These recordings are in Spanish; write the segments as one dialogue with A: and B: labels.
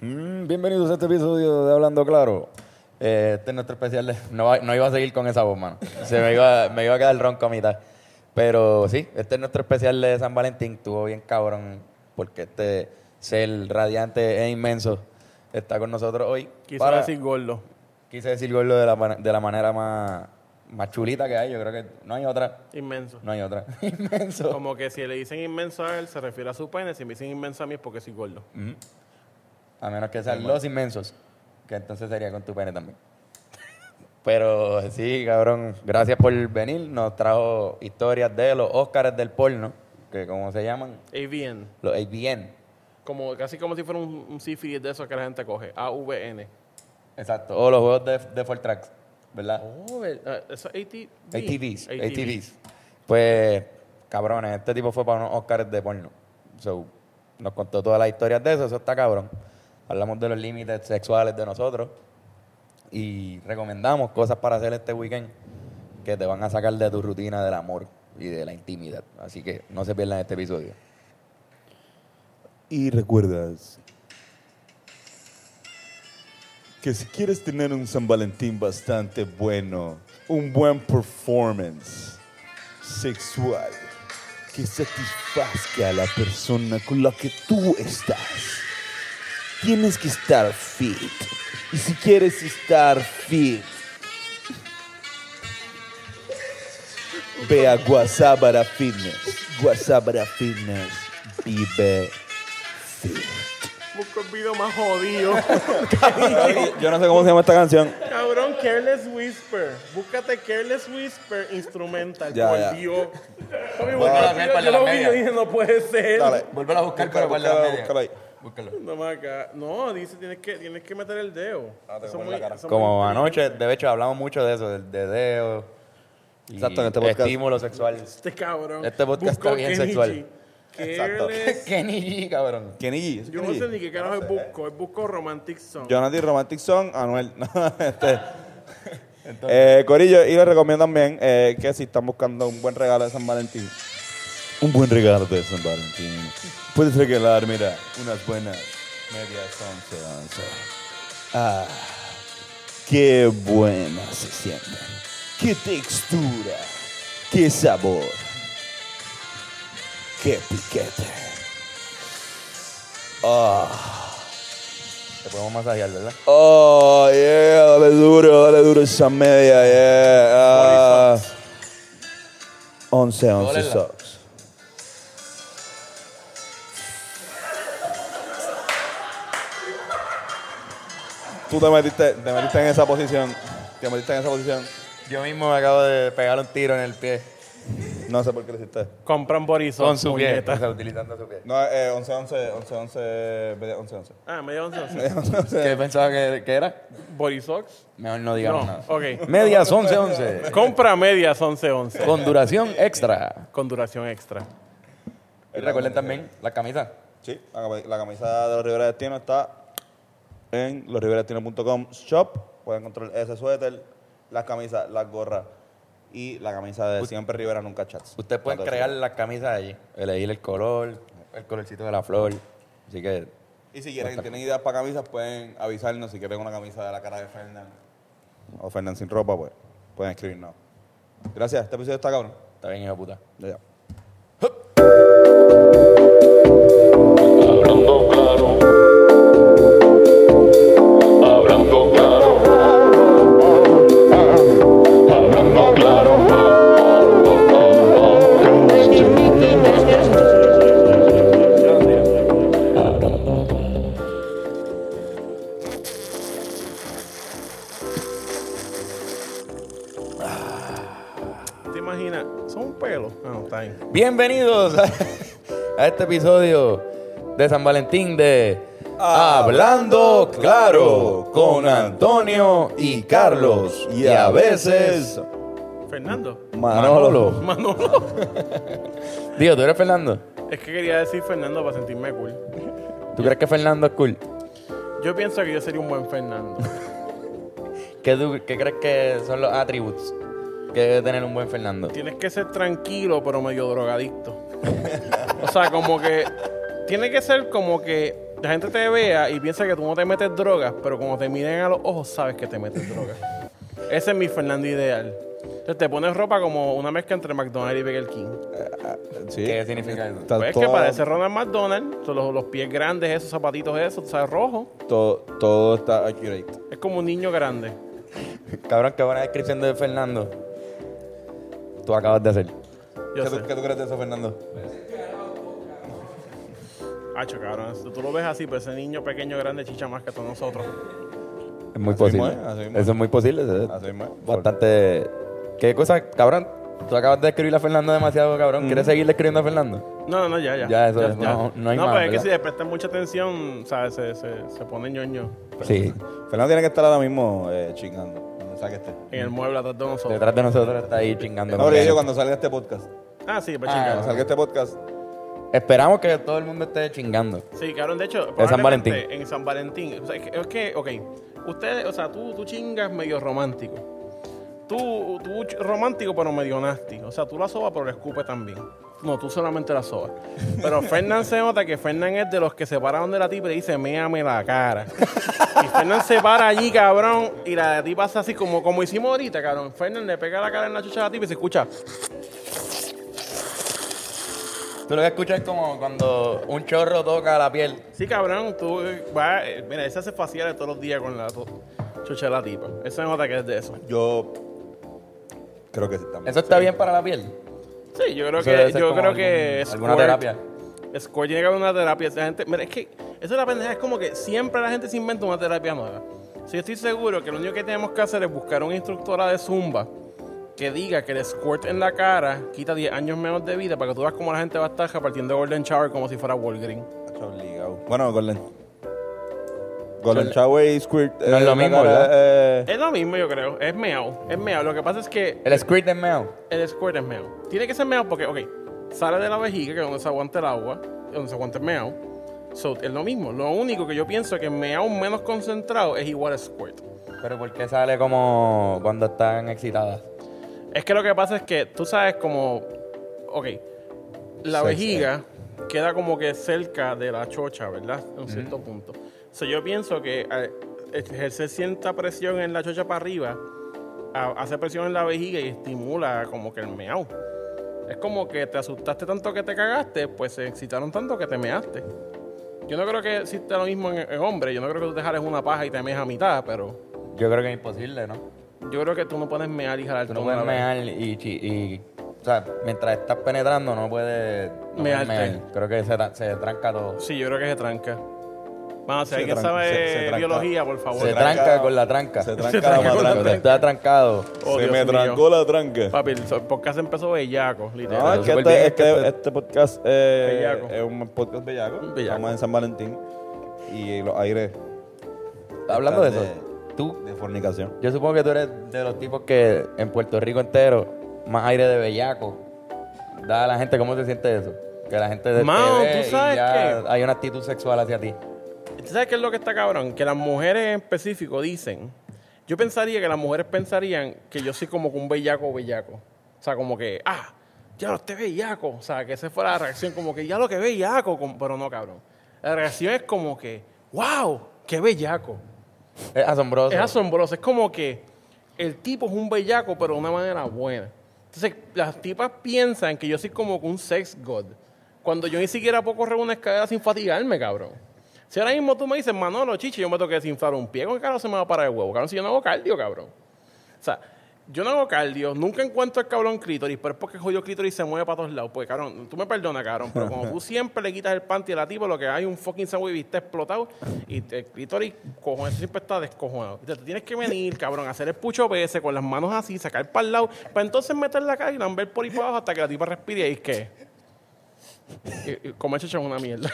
A: Mm, bienvenidos a este episodio de Hablando Claro. Eh, este es nuestro especial. de- No, va- no iba a seguir con esa voz, mano. Se me iba, me iba a quedar ronco a mitad. Pero sí, este es nuestro especial de San Valentín. Estuvo bien cabrón porque este ser radiante e inmenso está con nosotros hoy.
B: Quizás
A: para-
B: decir gordo.
A: quise decir gordo de la, man- de la manera más, más chulita que hay. Yo creo que no hay otra.
B: Inmenso.
A: No hay otra. Inmenso.
B: Como que si le dicen inmenso a él, se refiere a su pene. Si me dicen inmenso a mí es porque soy gordo.
A: A menos que sean los inmensos, que entonces sería con tu pene también. Pero sí, cabrón, gracias por venir. Nos trajo historias de los Óscares del porno, que como se llaman,
B: AVN.
A: los AVN.
B: Como, casi como si fuera un, un sífilis de esos que la gente coge. AVN.
A: Exacto. O los juegos de, de Four Tracks, ¿verdad?
B: Oh, ver- ah, eso es ATV.
A: ATVs, ATVs. Pues, cabrones, este tipo fue para unos Oscars de porno. So, nos contó todas las historias de eso, eso está cabrón. Hablamos de los límites sexuales de nosotros y recomendamos cosas para hacer este weekend que te van a sacar de tu rutina del amor y de la intimidad. Así que no se pierdan este episodio.
C: Y recuerdas que si quieres tener un San Valentín bastante bueno, un buen performance sexual que satisfazca a la persona con la que tú estás, tienes que estar fit. Y si quieres estar fit, ve a Guasábara Fitness. Guasábara Fitness vive fit.
B: Busco el video más jodido.
C: Yo no sé cómo se llama esta canción.
B: Cabrón, Careless Whisper. Búscate Careless Whisper instrumental.
C: Ya,
B: por
C: ya.
B: Dios. Tommy,
A: Bueno,
B: busca-
A: la
B: yo-
A: selva en
B: yo
A: la
B: lo vi y
A: media.
B: yo dije, no puede ser.
A: Vuelve a buscar,
C: Búscala,
A: pero guarda la
C: búscala,
A: media.
C: búscala ahí.
A: Búscalo.
B: No, más acá. No, dice, tienes que, tienes que meter el dedo.
C: te
B: Eso es
C: voy por la cara.
B: eso es
A: Como
B: muy
A: anoche, de hecho, hablamos mucho de eso, del dedeo. y
C: Exacto, en este podcast.
A: Estímulo sexual.
B: Este cabrón.
A: Este podcast
B: buscó
A: está bien
B: Kenny
A: sexual.
B: G.
C: Exacto.
B: Careless-
A: Kenny G, cabrón.
C: Kenny G. ¿es
B: Yo no
C: Kenny
B: sé
C: G?
B: ni qué carajo es busco. Es busco Romantic Song.
C: Jonathan Romantic Song, Anuel. No, este. Eh, Corillo, y les recomiendo también eh, que si están buscando un buen regalo de San Valentín. Un buen regalo de San Valentín. Puedes regalar, mira, unas buenas medias once once. Ah, qué buenas se sienten. Qué textura. Qué sabor. Qué piquete. Ah.
A: Te podemos masajear, ¿verdad?
C: Oh, yeah, dale duro, dale duro esa media, yeah. Ah. 11, 11
A: Dólela.
C: socks. Tú te metiste, te metiste en esa posición. Te metiste en esa posición.
A: Yo mismo me acabo de pegar un tiro en el pie.
C: No sé por qué lo hiciste.
B: Compran Borisón.
A: Con su pie. O sea, utilizando su pie.
C: No, eh, 11, 11, 11, 11, media, 11, 11.
B: Ah, media once.
A: ¿Qué pensaba que, que era?
B: Borisox.
A: Mejor no digamos
B: No,
A: nada.
B: ok.
A: Medias 11-11.
B: Compra medias 11-11.
A: con duración extra.
B: Con duración extra.
A: Y recuerden también la camisa.
C: Sí, la, cami- la camisa de los Rivera Destino está en losriveradestino.com shop. Pueden encontrar ese suéter, las camisas, las gorras y la camisa de Siempre Rivera Nunca Chats.
A: Ustedes pueden
C: Está todo
A: crear
C: eso.
A: las camisas allí. Elegir el color, el colorcito de la flor. Así que
C: Y si quieren, tienen ideas para camisas, pueden avisarnos. Si quieren una camisa de la cara de Fernán o Fernán sin ropa, pues pueden escribirnos. Gracias, este episodio está cabrón.
A: está bien, hijo de puta.
C: Ya, ya.
D: Hablando claro. Hablando claro. Hablando claro.
B: ¿Te imaginas? Son un pelo. Ah, no, está bien.
A: Bienvenidos a, a este episodio de San Valentín de Hablando Claro con Antonio y Carlos y a veces
B: Fernando.
A: Manolo.
B: Manolo.
A: Digo, ¿tú eres Fernando?
B: Es que quería decir Fernando para sentirme cool.
A: ¿Tú crees que Fernando es cool?
B: Yo pienso que yo sería un buen Fernando.
A: ¿Qué, tú- qué crees que son los atributos que debe tener un buen Fernando?
B: Tienes que ser tranquilo, pero medio drogadicto. o sea, como que. Tiene que ser como que la gente te vea y piensa que tú no te metes drogas, pero cuando te miren a los ojos sabes que te metes drogas. Ese es mi Fernando ideal. Entonces te pones ropa como una mezcla entre McDonald's y Burger King.
C: Sí.
A: ¿Qué significa eso?
C: Está
B: Pues es
C: todo-
B: que parece Ronald McDonald, son los, los pies grandes, esos zapatitos esos, tú sabes, rojo.
C: todo, todo está accurate.
B: Es como un niño grande.
A: Cabrón, qué buena descripción de Fernando. Tú acabas de hacer.
B: Yo
C: ¿Qué
B: sé.
C: tú, qué tú crees de eso, Fernando?
B: Hacho, cabrón. si Tú lo ves así, pero ese niño pequeño grande chicha más que todos nosotros.
A: Es muy
C: Así
A: posible.
C: mismo es, así mismo
A: Eso es muy posible. eso es
C: Así mismo es.
A: Bastante. ¿Qué cosa, cabrón? Tú acabas de escribir a Fernando demasiado, cabrón. ¿Quieres seguir escribiendo a Fernando?
B: No, no, no, ya, ya.
A: Ya, eso es, no- no hay más,
B: pero es que
A: ¿verdad?
B: si le prestan mucha atención, ¿sabes? Se, se, se pone ñoño
A: Pues Sí.
C: Fernando tiene que estar ahora mismo eh, chingando. Cuando saque este.
B: en el mueble atrás de nosotros.
A: Detrás de nosotros está ahí chingando.
C: No, pero yo cuando salga este podcast.
B: Ah, sí, pues
A: Ah,
B: chingada.
C: Cuando salga este podcast,
A: Esperamos que todo el mundo esté chingando.
B: Sí, cabrón, de hecho,
A: En San
B: probablemente
A: Valentín.
B: En San Valentín. O sea, es que- es que, ok, ustedes, o sea, tú, tú chingas medio romántico. Tú, tú ch- romántico, pero medio nasty. O sea, tú la sobas, pero la escupe también. No, tú solamente la sobas. Pero Fernán se nota que Fernán es de los que se pararon de la tipa y le dice, méame la cara. Y Fernán se para allí, cabrón, y la tipa hace así como, como hicimos ahorita, cabrón. Fernán le pega la cara en la chucha a la tipa y se escucha.
A: Tú lo que escuchas es como cuando un chorro toca la piel.
B: Sí, cabrón, tú eh, vas. eh, Mira, esa hace faciales todos los días con la to- chucha de la tipa. Esa nota que es de eso.
C: yo creo que sí estamos.
A: ¿Eso está bien para la piel?
B: Sí, yo creo
A: Eso debe
B: que.
A: ser
B: Yo
A: como
B: creo que.
A: algún- alguna
B: Squirt-
A: terapia.
B: Squirt tiene que haber una terapia. Esa gente. Mira, es que. Esa es la pendeja. Es como que siempre la gente se inventa una terapia nueva. Sí, yo estoy seguro que lo único que tenemos que hacer es buscar una instructora de zumba que diga que el squirt en la cara quita 10 años menos de vida para que tú veas cómo la gente va a estar repartiendo Golden Shower como si fuera Walgreen.
C: Está obligado. Bueno, Golden. Golden Shower y Squirt. eh,
A: No es lo mismo, ¿verdad?
B: Es lo mismo, yo creo. Es meao. Es meao. Lo que pasa es que
A: El squirt es meo.
B: El squirt es meo. Tiene que ser meo porque, ok, sale de la vejiga, que es donde se aguanta el agua, es donde se aguanta el meo. So, es lo mismo. Lo único que yo pienso es que meo menos concentrado es igual a squirt.
A: Pero ¿por qué sale como cuando están excitadas?
B: Es que lo que pasa es que tú sabes como, ok, la
A: Sex eh.
B: vejiga queda como que cerca de la chocha, ¿verdad? En un cierto punto. So, yo pienso que al ejercer cierta presión en la chocha para arriba a- hace presión en la vejiga y estimula como que el meao. Es como que te asustaste tanto que te cagaste, pues se excitaron tanto que te measte. Yo no creo que exista lo mismo en, en hombre. Yo no creo que tú te jales una paja y te mees a mitad, pero
A: Yo creo que es imposible, ¿no?
B: yo creo que tú no puedes mear y jalar
A: Tú no
B: todo a la
A: puedes
B: vez.
A: mear y, chi- y- O sea, mientras estás penetrando no puedes... no puedes
B: Mearte.
A: mear. Creo que se, tra- se tranca todo.
B: Sí, yo creo que se tranca. Vamos, si
C: Se
B: alguien
C: tran-
B: sabe
C: se- se tranca.
B: biología, por favor.
A: Se tranca, con la tranca.
C: Se
A: tranca.
C: tranca la
B: tranca con la
C: matranca.
A: Está trancado.
B: Oh,
C: se
B: Dios
C: me
B: mío.
C: trancó la tranca.
B: Papi, el so- podcast empezó bellaco,
C: No,
B: literal.
C: es que
A: súper bien,
C: este,
A: es que
C: este-
A: este-
C: este podcast eh,
B: Bellaco.
C: es un podcast bellaco.
B: Bellaco.
C: Estamos en San Valentín y los aires
A: Hablando de
C: Están
A: eso,
C: de-
A: tú...
C: de fornicación.
A: Yo supongo que tú eres de los tipos que en Puerto Rico entero, más aire de bellaco, da a la gente cómo se siente eso. Que la gente de
B: Mao, ¿tú sabes
A: ya
B: qué?
A: hay una actitud sexual hacia ti.
B: ¿Tú sabes qué es lo que está cabrón? Que las mujeres en específico dicen. Yo pensaría que las mujeres pensarían que yo soy como que un bellaco bellaco. O sea, como que, ah, ya lo esté bellaco. O sea, que esa fuera la reacción, como que ya lo que bellaco. como- pero no, cabrón. La reacción es como que, wow, qué bellaco.
A: Es asombroso.
B: Es asombroso. Es como que el tipo es un bellaco, pero de una manera buena. Entonces, las tipas piensan que yo soy como un sex god. Cuando yo ni siquiera puedo correr una escalera sin fatigarme, cabrón. Si ahora mismo tú me dices, Manolo, chichi, yo me tengo que desinflar un pie, ¿con qué carajo se me va a parar el huevo? Cabrón, si yo no hago cardio, cabrón. O sea, yo no hago cardio, nunca encuentro el cabrón clítoris, pero es porque el jodido clítoris se mueve para todos lados. Pues, cabrón, tú me perdonas, cabrón, pero como tú siempre le quitas el panty a la tipa, lo que hay es un fucking sándwich está explotado y el clítoris, cojones, siempre está descojonado. Entonces, tú tienes que venir, cabrón, a hacer el pucho BS con las manos así, sacar para el lado, para entonces meter la cara y lamber por ahí para abajo hasta que la tipa respire y es que... y- y Comer chicha es una mierda.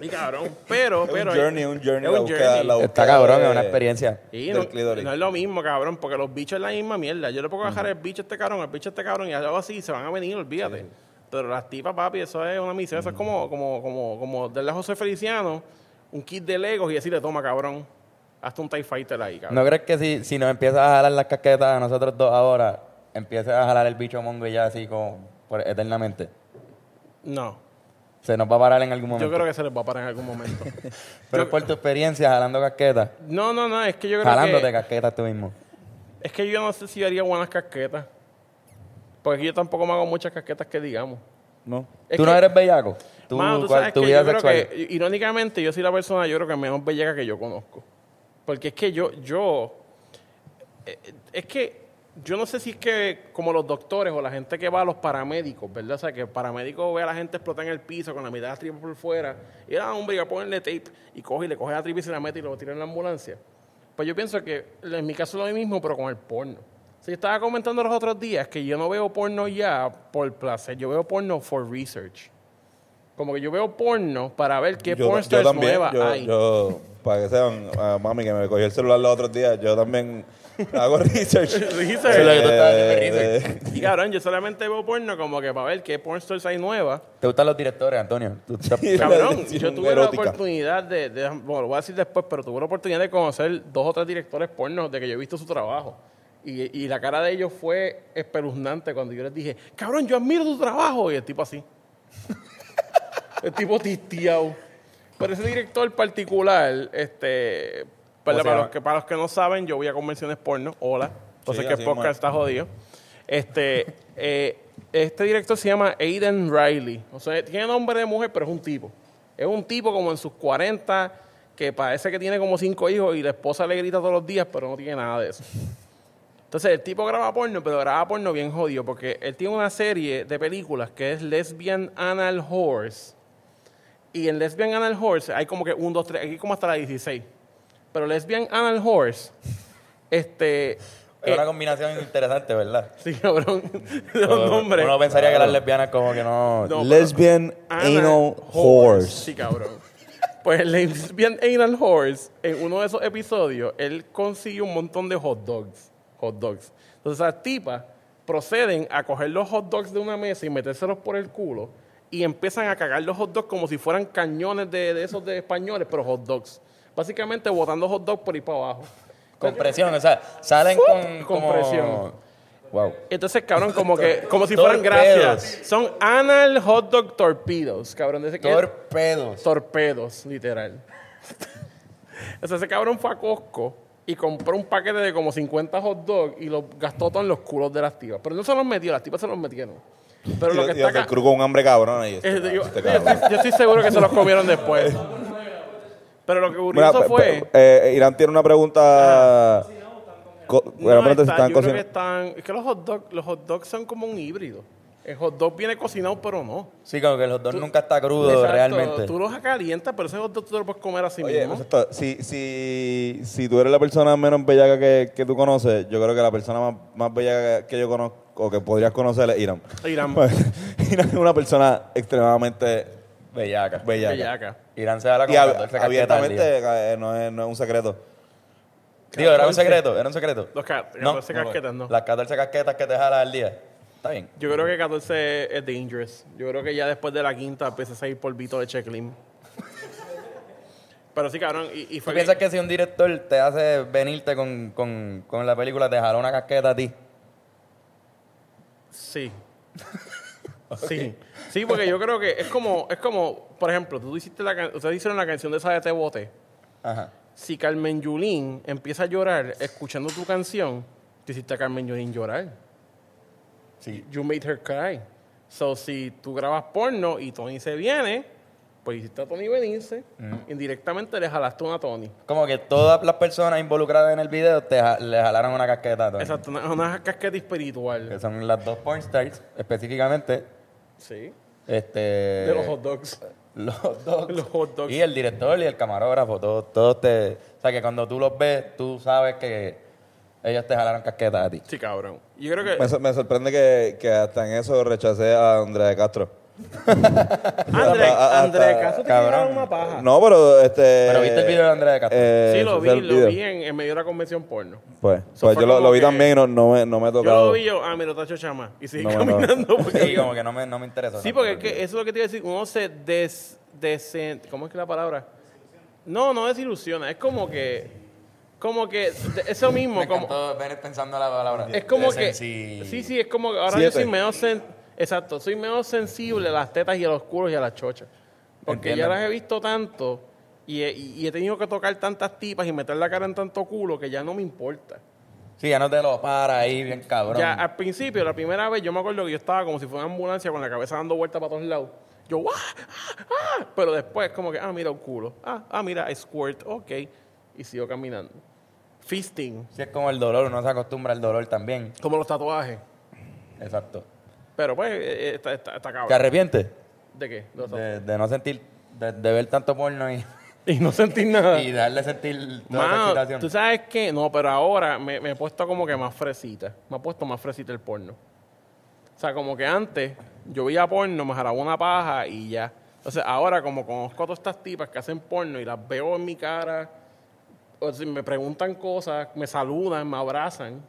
B: y cabrón, pero,
C: Es un
B: pero...
C: journey, un journey,
B: es
C: la
B: un
C: búsqueda-
B: journey.
C: la
A: Está cabrón, es una experiencia.
B: Y
C: del
B: no,
C: clítoris.
B: no es lo mismo, cabrón, porque los bichos es la misma mierda. Yo le puedo bajar el bicho a este cabrón, el bicho a este cabrón y algo así, y se van a venir, olvídate. Pero las tipas, papi, eso es una misión. Eso es como, como, como, como darle a José Feliciano un kit de Legos y decirle, toma, cabrón, hazte un TIE Fighter ahí, cabrón.
A: ¿No crees que si, si nos empiezas a jalar las casquetas a nosotros dos ahora, empiezas a jalar el bicho mongo y ya así como por- eternamente?
B: No.
A: Se nos va a parar en algún momento.
B: Yo creo que se les va a parar en algún momento.
A: Pero
B: yo-
A: es por tu experiencia jalando casquetas,
B: No, no, no, es que yo creo
A: jalándote
B: que...
A: casquetas tú mismo.
B: Es que yo no sé si haría buenas casquetas. Porque yo tampoco me hago muchas casquetas que digamos.
C: No.
B: Es
A: ¿Tú
B: que-
A: no eres bellaco? ¿Tú,
B: Mano, tú
A: cuál-
B: sabes
A: tu
B: que
A: vida
B: yo creo
A: sexual?
B: que, i- irónicamente, yo soy la persona, yo creo que menos bellaca que yo conozco. Porque es que yo, yo, eh, eh, es que yo no sé si es que como los doctores o la gente que va a los paramédicos, ¿verdad? O sea, que el paramédico ve a la gente explotar en el piso con la mitad de las tripas por fuera y da hombre, ya ponerle tape y coge y le coge la tripa y se la mete y lo tira en la ambulancia. Pues yo pienso que en mi caso es lo mismo, pero con el porno. O sea, yo estaba comentando los otros días que yo no veo porno ya por placer, yo veo porno for research. Como que yo veo porno para ver qué pornstars nueva
C: yo,
B: hay.
C: yo- para que sepan, ah, mami, que me cogió el celular los otros días, yo también hago research.
B: Research.
A: Eso es lo que tú estabas haciendo,
C: Eh,
A: research.
B: Y cabrón, yo solamente veo porno como que para ver qué pornstars hay nueva.
A: ¿Te gustan los directores, Antonio? Tú estás-
C: Sí.
B: Cabrón,
C: Relación
B: yo tuve
C: erótica.
B: la oportunidad de, de- bueno, lo voy a decir después, pero tuve la oportunidad de conocer dos o tres directores pornos de que yo he visto su trabajo. Y, y la cara de ellos fue espeluznante cuando yo les dije, cabrón, yo admiro tu trabajo. Y el tipo así. el tipo tistiao. Pero ese director particular, este, para,
A: se
B: para
A: llama?
B: los que, para los que no saben, yo voy a convenciones porno, hola. Entonces
C: Sí,
B: que
C: así
B: el
C: mismo
B: podcast
C: es.
B: está jodido. Este, eh, este director se llama Aiden Riley. O sea, tiene nombre de mujer, pero es un tipo. Es un tipo como en sus 40, que parece que tiene como cinco hijos y la esposa le grita todos los días, pero no tiene nada de eso. Entonces, el tipo graba porno, pero graba porno bien jodido, porque él tiene una serie de películas que es Lesbian Anal Horse. Y en Lesbian Anal Horse hay como que un, dos, tres, aquí como hasta la 16. Pero Lesbian Anal Horse, este...
A: Es una
B: eh,
A: combinación interesante, ¿verdad?
B: Sí, cabrón. De los nombres.
A: Uno pensaría que las lesbianas como que no...
B: No,
C: Lesbian
B: Anal
C: anal
B: Horse.
C: horse.
B: Sí, cabrón. Pues el lesbian anal horse, en uno de esos episodios, él consigue un montón de hot dogs. Hot dogs. Entonces las tipas proceden a coger los hot dogs de una mesa y metérselos por el culo y empiezan a cagar los hot dogs como si fueran cañones de, de esos de españoles, pero hot dogs. Básicamente botando hot dogs por ahí para abajo.
A: Con presión, o sea, salen con...
B: Con
A: como-
B: presión.
A: Wow.
B: Entonces, cabrón, como que como si fueran
A: Torpedos.
B: gracias. Son anal hot dog torpedos, cabrón. Desde que-
A: Torpedos.
B: torpedos, literal. o sea, ese cabrón fue a Costco y compró un paquete de como 50 hot dogs y los gastó todo en los culos de las tipas. Pero no se los metió, las tipas se los metieron. Pero lo que está acá...
C: el crew con un hambre cabrón ahí.
B: es-
C: Este,
B: yo,
C: este
B: yo
C: cabrón.
B: estoy- yo estoy seguro que se los comieron después. Pero lo que
C: Mira,
B: curioso
C: pe-
B: fue... Ah.
C: pe- eh, Irán tiene una pregunta. Co- bueno,
B: No,
C: espérate, si
B: está-
C: están
B: yo creo que
C: cocinando.
B: están... Es que los hot dogs, los hot dogs son como un híbrido. El hot dog viene cocinado, pero no.
A: Sí, como que los dos nunca está crudo
B: Exacto,
A: realmente.
B: Tú los calientas, pero ese hot dog tú te lo puedes comer así
C: Oye,
B: mismo.
C: pues esto, si, si, si tú eres la persona menos bellaca que, que tú conoces, yo creo que la persona más, más bellaca que, que yo conozco o que podrías conocer es Irán.
B: Irán.
C: Irán es una persona extremadamente
A: Bellaca.
C: bellaca.
B: Bellaca.
A: Irán se da la
C: Y ab-
A: catorce casquetas al día.
C: abiertamente eh, no, es, no es un secreto.
A: Digo, era un secreto, era un secreto.
B: Los ca- 14 casquetas, no.
A: Las 14 casquetas que te jalas al día. Está bien.
B: Yo creo que 14 es dangerous. Yo creo que ya después de la quinta empieza a salir polvito de checklist. Pero sí, cabrón, y, y
A: ¿Tú
B: fue
A: piensas
B: que-
A: que si un director te hace venirte con, con, con la película, te jaló una casqueta a ti?
B: Sí. Sí. Sí, porque yo creo que es como, es como, por ejemplo, tú hiciste la can- ustedes hicieron la canción de esa de Te Bote.
A: Ajá.
B: Si Carmen Yulín empieza a llorar escuchando tu canción, tú hiciste a Carmen Yulín llorar.
A: Sí.
B: You made her cry. So, si tú grabas porno y Tony se viene, pues hiciste a Tony venirse,
C: Mm.
B: indirectamente le jalaste una a Tony.
A: Como que todas las personas involucradas en el video te ja- le jalaron una casqueta a Tony.
B: Exacto, una, una casqueta espiritual.
A: Que son las dos pornstars, específicamente.
B: Sí.
A: Este,
C: eh,
B: De los hot dogs.
A: Los dogs.
B: Los hot dogs.
A: Y el director y el camarógrafo, todos, todos te. O sea, que cuando tú los ves, tú sabes que ellos te jalaron casquetas a ti.
B: Sí, cabrón. Yo creo que.
C: Me, so- me sorprende que, que hasta en eso rechacé a Andrea de Castro.
B: André,
C: hasta-
B: André
C: hasta-
B: Castro te
A: cabrón.
B: llevaron una paja.
C: ah, No, pero este.
A: Pero viste el video de Andrea de Castro.
C: eh,
B: sí, lo vi,
C: ese es el
B: lo
C: video.
B: vi en, en medio de la convención porno.
C: Pues,
B: Eso fue
C: pues yo lo,
B: como
C: lo vi
B: que-
C: también y no, no me, no me he
B: Yo
C: tocado.
B: lo vi yo, ah, mira, tacho chama. Y seguí
C: No, no.
B: caminando. Porque
A: Sí, como que no me, no me interesa.
B: pues, Sí, porque es que eso es lo que te iba a decir. Uno se des, desen- ¿Cómo es que la palabra? No, no desilusiona. Es como que. Como que. de- Eso mismo. como,
A: pensando la palabra.
B: es como que. Sí, sí, es como que ahora yo
C: Siete.
B: soy menos. sen- Exacto, soy menos sensible a las tetas y a los culos y a las chochas. Porque ya
A: Entiendo.
B: las he visto tanto y he, y he tenido que tocar tantas tipas y meter la cara en tanto culo que ya no me importa.
A: Sí, ya no te lo para ahí, bien cabrón.
B: Ya ah. al principio, la primera vez, yo me acuerdo que yo estaba como si fuera una ambulancia con la cabeza dando vueltas para todos lados. Yo, ¡guau! ¡Ah! ¡Ah! Pero después, como que, ah, mira un culo. Ah, ah, mira, squirt, ok. Y sigo caminando. Fisting,
A: Si es como el dolor, uno se acostumbra al dolor también.
B: como los tatuajes.
A: Exacto.
B: Pero pues, eh, eh, está, está, está
A: ¿Te
B: cabrón.
A: arrepientes
B: ¿De qué? De los
A: de, de no sentir, de, de ver tanto porno y,
B: tatuajes. y no sentí nada.
A: y darle sentir toda esa
B: Mano,
A: excitación?
B: ¿tú sabes qué? No, pero ahora me, me he puesto como que más fresita. Me ha puesto más fresita el porno. O sea, como que antes yo veía porno, me jalaba una paja y ya. Entonces ahora como conozco a todas estas tipas que hacen porno y las veo en mi cara, o si me preguntan cosas, me saludan, me abrazan,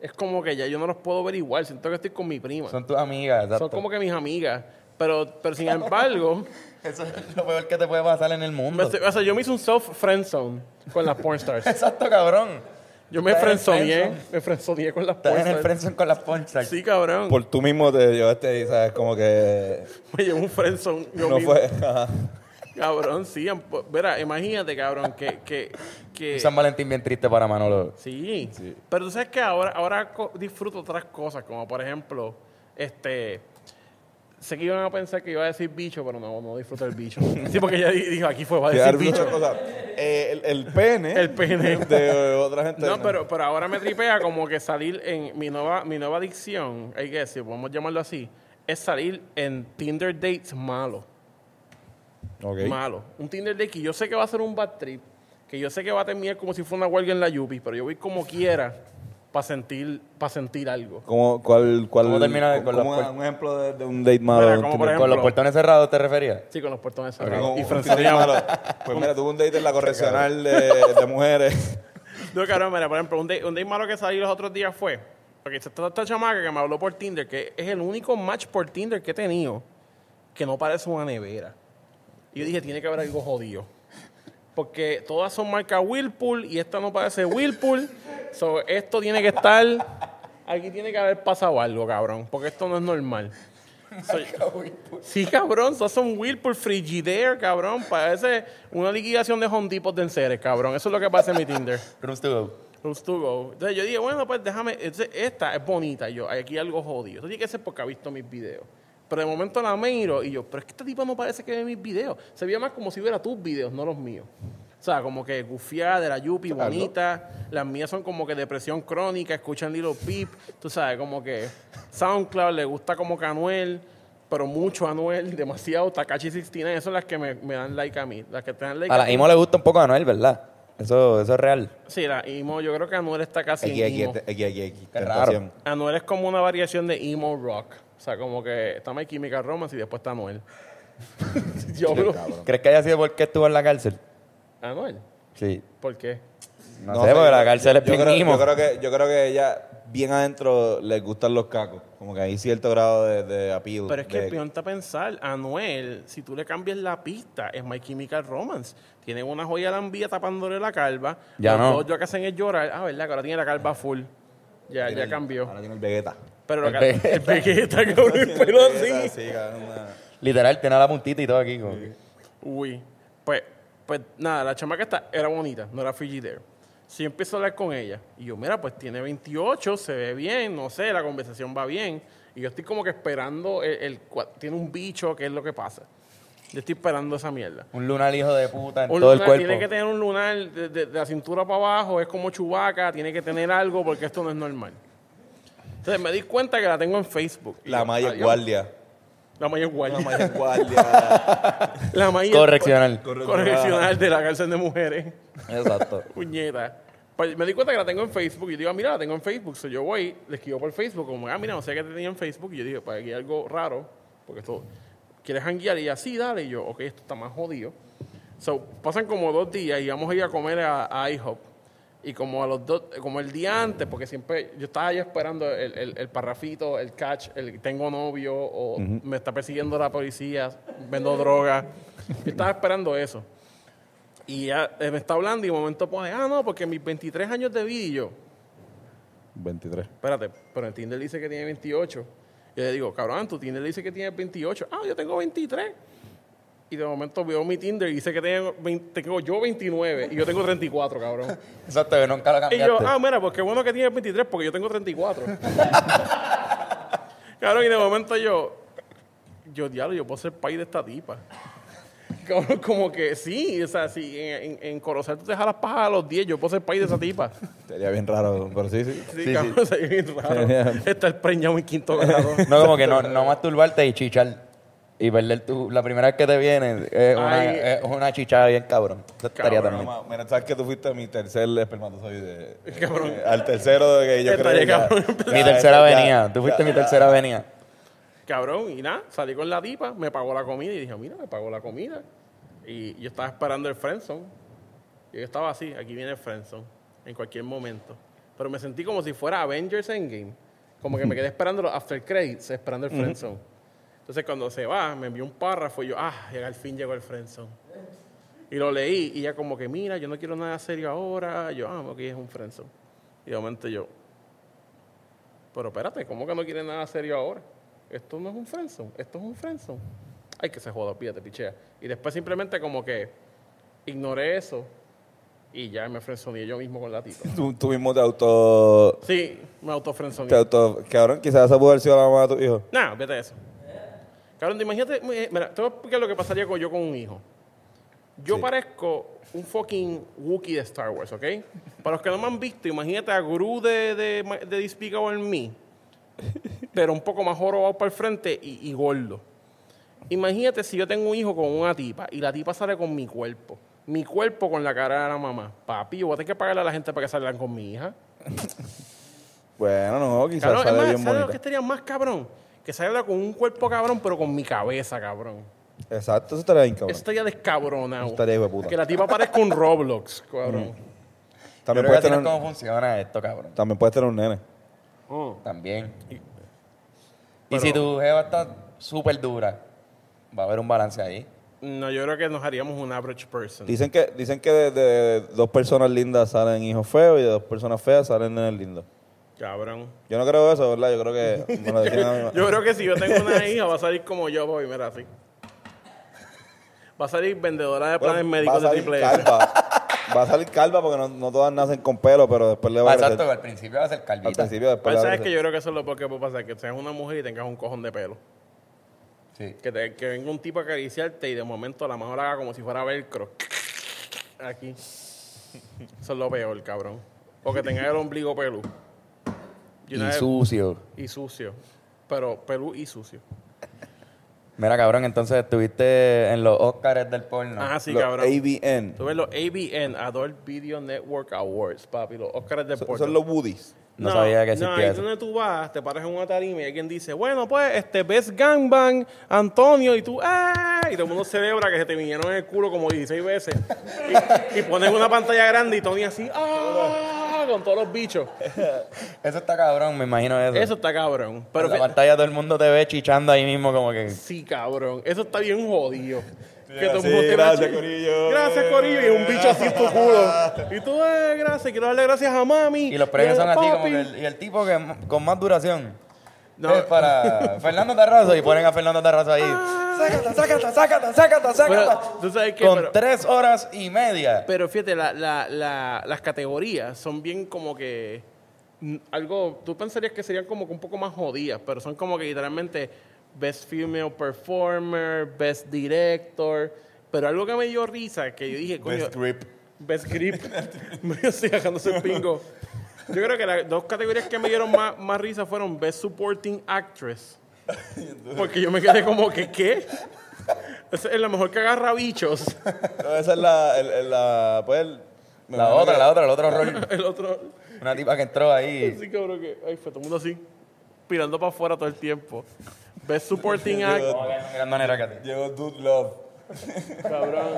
B: es como que ya yo no los puedo ver igual. Siento que estoy con mi prima. Son,
A: Son tus amigas, exacto.
B: como que mis amigas. Pero, pero sin embargo...
A: Eso es lo peor que te puede pasar en el
B: me-
A: mundo.
B: o sea, yo me hice un self-friend zone con las porn stars.
A: Exacto, cabrón.
B: Yo me
A: Estás en el
B: frenzoneé,
A: friendzone.
B: me frenzoneé con las
A: Estás en el
B: puertas.
A: friendzone con las pornstars.
B: Pues, Sí, cabrón.
C: Por tú mismo te llevaste y sabes como que
B: Me llevó un frenzón. Yo
C: no
B: mismo.
C: fue. ajá.
B: Cabrón, sí. em- Verá, imagínate, cabrón, que... que, que
A: San Valentín bien triste para Manolo.
B: sí. Pero tú sabes que ahora, ahora co- disfruto otras cosas, como por ejemplo, este... Sé que iban a pensar que iba a decir bicho, pero no, no disfruto el bicho. Sí, porque ella di- dijo, aquí fue, va a
C: Quedar
B: decir
C: muchas
B: bicho.
C: cosas. Eh, el, el pene.
B: El pene.
C: De eh, otra gente.
B: No, pero, pero ahora me tripea como que salir en mi nueva, mi nueva adicción, hay que decir, podemos llamarlo así, es salir en Tinder dates malo.
C: Ok.
B: Malo. Un Tinder date que yo sé que va a ser un bad trip, que yo sé que va a terminar como si fuera una huelga en la Yupi, pero yo voy como quiera para sentir, para sentir algo.
C: ¿Cómo, cuál, cuál,
A: ¿Cómo termina con
C: cómo
A: la puerta?
C: un ejemplo de, de un date malo?
B: Mira,
C: de un
B: como por
C: tipo-
A: ¿Con los
B: ejemplo-
A: portones cerrados te referías?
B: Sí, con los portones
C: Como
B: cerrados.
C: un
B: Y
C: tipo
B: frenzoneado.
C: malo. Pues mira, tuve un date en la correccional de, de mujeres.
B: No, cabrón, mira, por ejemplo, un date, un date malo que salí los otros días fue, porque esta, esta chamaca que me habló por Tinder, que es el único match por Tinder que he tenido que no parece una nevera. Y yo dije, tiene que haber algo jodido. Porque todas son marca Whirlpool y esta no parece Whirlpool. So, esto tiene que estar... Aquí tiene que haber pasado algo, cabrón, porque esto no es normal. So, sí, cabrón, eso son Whirlpool, Frigidaire, cabrón. Parece una liquidación de Home Depot de enseres, cabrón. Eso es lo que pasa en mi Tinder.
A: Rooms to go.
B: Rooms to go. Entonces yo dije, bueno, pues déjame. entonces, esta es bonita. Yo, hay aquí algo jodido. Esto tiene que ser porque ha visto mis videos. Pero de momento la miro y yo, pero es que este tipo no parece que ve mis videos. Se veía más como si viera tus videos, no los míos. O sea, como que gufiada, de la yupi, bonita. Las mías son como que depresión crónica, escuchan Little Peep. Tú sabes, como que SoundCloud le gusta como que Anuel, pero mucho Anuel, demasiado Takashi 69. Esas son las que me, me dan like a mí. Las que te dan like
A: A la Imo le gusta un poco a Noel, ¿verdad? Eso, eso es real.
B: Sí, la Imo, yo creo que Anuel está casi
C: Aquí,
B: en
C: aquí,
B: Imo.
C: este- aquí, aquí, aquí.
A: Qué
C: Tentación.
B: Anuel es como una variación de emo rock. O sea, como que está My Chemical Romance y después está Anuel. Yo creo-
A: ¿Crees que haya sido porque estuvo en la cárcel?
B: Anuel,
A: Sí.
B: ¿por qué?
A: No, sé, porque la cárcel es
C: yo
A: bien
C: creo,
A: Imo.
C: yo creo que Yo creo que ella, bien adentro, les gustan los cacos. Como que hay cierto grado de, de appeal.
B: Pero es que
C: de-
B: ponte a pensar, Anuel, si tú le cambias la pista, es My Chemical Romance. Tiene una joya lambía tapándole la calva.
A: Ya
B: Los
A: no.
B: dos lo que hacen es llorar. Ah, ¿verdad? Que ahora tiene la calva full. Ya, ya cambió.
C: Ahora tiene el Vegeta.
B: Pero
A: El
B: lo que...
A: Vegeta.
B: El Vegeta, cabrón, el pelo
C: Vegeta,
B: así.
C: sí, cabrón, una-
A: Literal, tiene la puntita y todo aquí. como que.
B: Uy, pues, pues nada, la chamaca está, era bonita, no era frigidaire. Si yo empiezo a hablar con ella y yo, mira, pues tiene 28, se ve bien, no sé, la conversación va bien. Y yo estoy como que esperando, el, el cua- tiene un bicho, ¿qué es lo que pasa? Yo estoy esperando esa mierda.
A: Un lunar hijo de puta en
B: Un
A: todo el
B: lunar,
A: cuerpo.
B: Tiene que tener un lunar de, de- de la cintura para abajo, es como chubaca, tiene que tener algo porque esto no es normal. Entonces me di cuenta que la tengo en Facebook. Y
C: La
B: yo,
C: Maya
B: adiós.
C: Guardia.
B: La Maya Guardia.
C: ah, La Maya Guardia.
B: La Maya-
A: Correccional.
B: Correccional de la cárcel de mujeres.
C: Exacto.
B: Puñeta. Pues me di cuenta que la tengo en Facebook. Y yo digo, ah, mira, la tengo en Facebook. So, yo voy, le escribo por Facebook. Como, ah, mira, no sé qué tenía en Facebook. Y yo digo, pues aquí hay algo raro. Porque esto, ¿quieres janguear? Y ella, sí, dale. Y yo, ok, esto está más jodido. So, pasan como dos días y vamos a ir a comer a, a IHOP. Y como a los dos, como el día antes, porque siempre yo estaba ahí esperando el, el, el parrafito, el catch, el tengo novio, o me está persiguiendo la policía, vendo droga. Yo estaba esperando eso. Y ya eh, me está hablando y de momento pone, ah, no, porque mis 23 años de vida y yo,
C: 23.
B: espérate, pero en Tinder dice que tiene 28. Yo le digo, cabrón, tu Tinder dice que tienes 28. Ah, yo tengo 23. Y de momento veo mi Tinder y dice que tengo, 20 tengo yo 29 y yo tengo 34, cabrón.
A: Exacto, que nunca lo
B: Y
A: cambiaste.
B: yo, ah, mira, pues qué bueno que tienes 23 porque yo tengo 34. cabrón, y de momento yo, yo, diablo, yo puedo ser país de esta tipa. Cabrón, como que sí, o sea, si en, en, en Corozal tú te dejas las pajas a los 10, yo puedo ser país de esa tipa.
C: Sería bien raro, pero sí, sí.
B: Sí,
A: Sí,
B: cabrón,
A: sí.
B: sería bien raro.
C: Sería-
B: Estar preñado en quinto grado.
A: No, como que no, no masturbarte y chichar. Y perder tu... La primera vez que te viene es una,
B: Ay.
A: es una chichada bien cabrón. Eso estaría
B: Cabrón,
A: también.
C: Ma- Mira, sabes que tú fuiste mi tercer espermatozoide.
B: Cabrón.
C: Eh, Al tercero de que yo creo
B: Estaría
C: que ya-
B: cabrón.
C: ya-
A: Mi tercera
C: ya-
A: avenida. Tú fuiste
C: ya-
A: mi tercera avenida.
B: Cabrón, y nada, salí con la tipa, me pagó la comida y dije, mira, me pagó la comida. Y yo estaba esperando el friendzone. Y yo estaba así, aquí viene el friendzone, en cualquier momento. Pero me sentí como si fuera Avengers Endgame. Como que me quedé esperando los after credits, esperando el friendzone. Entonces cuando se va, me envió un párrafo y yo, ah, llega al fin llegó el friendzone. Y lo leí y ya como que, mira, yo no quiero nada serio ahora. Yo, ah, ok, es un friendzone. Y de momento yo, pero espérate, ¿cómo que no quiere nada serio ahora? Esto no es un friendzone, esto es un friendzone. Ay, que se joda, pídate, pichea. Y después simplemente como que ignoré eso y ya me friendzoneé yo mismo con la tipa.
C: Tú, tú mismo te auto...
B: Sí, me
C: Te
B: autofriendzoneé.
C: auto... Cabrón, quizás esa pudo haber sido la mamá de tu hijo.
B: Nada, vete eso. Cabrón, imagínate, eh, mira, te voy a explicar lo que pasaría con yo con un hijo. Yo
C: Sí.
B: parezco un fucking Wookiee de Star Wars, ¿ok? Para los que no me han visto, imagínate a Gru de, de, Ma- de Despicable Me, pero un poco más jorobado para el frente y, y gordo. Imagínate si yo tengo un hijo con una tipa y la tipa sale con mi cuerpo. Mi cuerpo con la cara de la mamá. Papi, yo voy a tener que pagarle a la gente para que salgan con mi hija.
C: Bueno, no, quizás
B: Cabrón, es
C: sale
B: más,
C: bien
B: ¿sabes lo que
C: bonita.
B: estaría más cabrón? Que salga con un cuerpo cabrón, pero con mi cabeza, cabrón.
C: Exacto, eso estaría bien, cabrón.
B: Estaría descabronado.
C: Estaría hijo de puta. Mm.
B: Que la tipa parezca un Roblox, cabrón.
A: Yo creo
C: También
A: que
C: puedes,
A: así no
C: tener,
A: es cómo funciona esto, cabrón.
C: también puedes tener un nene.
B: Oh.
A: También. Y,
B: Pero-
A: si tu jeva está súper dura, va a haber un balance ahí.
B: No, yo creo que nos haríamos un average person.
C: Dicen que, dicen que de, de dos personas lindas salen hijos feos y de dos personas feas salen nenes lindos.
B: Cabrón.
C: Yo no creo eso, ¿verdad? Yo creo que me lo decían a mi ma-
B: Yo creo que si yo tengo una hija, va a salir como yo, voy, mira, así. Va a salir vendedora de
C: Bueno,
B: planes
C: va
B: médicos
C: a
B: de
C: salir
B: triple E. S.
C: calva. Va a salir calva porque no, no todas nacen con pelo, pero después le va a
A: Exacto,
C: crecer.
A: al principio va a ser
C: Al
A: calvita.
C: principio, después
B: Pues,
C: le va a
B: ¿Sabes que
C: crecer.
B: yo creo que eso es lo peor que puede pasar? Que seas una mujer y tengas un cojón de pelo.
A: Sí.
B: Que, te- que venga un tipo a acariciarte y de momento a lo mejor haga como si fuera velcro. Aquí. Eso es lo peor, cabrón. O que tenga el ombligo pelú.
A: Y
B: una vez-
A: sucio.
B: y sucio. Pero pelú y sucio.
A: Mira, cabrón, entonces estuviste en los Oscars del porno.
B: Ajá, Ah, sí,
C: Los
B: cabrón.
C: ABN.
B: Tú ves los ABN, Adult Video Network Awards, papi. Los Oscars de
C: Son-
B: porno.
C: Son los Woodies.
A: No sabía que
B: No,
A: existía
B: ahí
A: eso.
B: donde tú vas, te paras en una tarima y alguien dice, bueno, pues, este, Best Gangbang, Antonio, y tú, ¡ah! Y todo el mundo celebra que se te vinieron en el culo como 16 veces. Y, y ponen una pantalla grande y Tony así, ¡ah! Con todos los bichos.
A: Eso está cabrón, me imagino eso.
B: Eso está cabrón.
A: Pero
B: Pero
A: en la
B: que-
A: pantalla todo el mundo te ve chichando ahí mismo como que...
B: sí, cabrón. Eso está bien jodido. Que todo el
C: Sí,
B: mundo te
C: gracias,
B: machi-
C: Corillo.
B: Gracias, Corillo. Y un bicho así en tu culo. Y tú, eh, gracias. Quiero darle gracias a mami.
A: Y los premios
B: a
A: son así como
B: papi.
A: que... el- y el tipo que m- con más duración
B: No.
A: es para Fernando Tarrazo y ponen a Fernando Tarrazo ahí. Sácata, sácata, sácata, sácata, sácata.
B: Pero, ¿tú sabes qué?
A: con
B: Pero-
A: tres horas y media.
B: Pero fíjate, la- la- la- las categorías son bien como que mm, algo, tú pensarías que serían como que un poco más jodidas, pero son como que literalmente Best Female Performer, Best Director, pero algo que me dio risa, que yo dije, coño,
C: Best Grip.
B: Best Grip, me estoy dejándose el pingo. Yo creo que las dos categorías que me dieron más, más risa fueron Best Supporting Actress, porque yo me quedé como que, ¿qué? Esa Es la mejor que agarra bichos.
C: No, esa es la... el- el- la pues, el- me
A: La
C: imagino
A: otra,
C: que-
A: la otra, el otro rol.
B: El otro,
A: Una tipa que entró ahí.
B: Sí, cabrón, que ay, fue todo el mundo así, pirando para afuera todo el tiempo. Ves supporting act,
A: Mirando a Neraka.
C: Llegó Dude Love.
B: cabrón.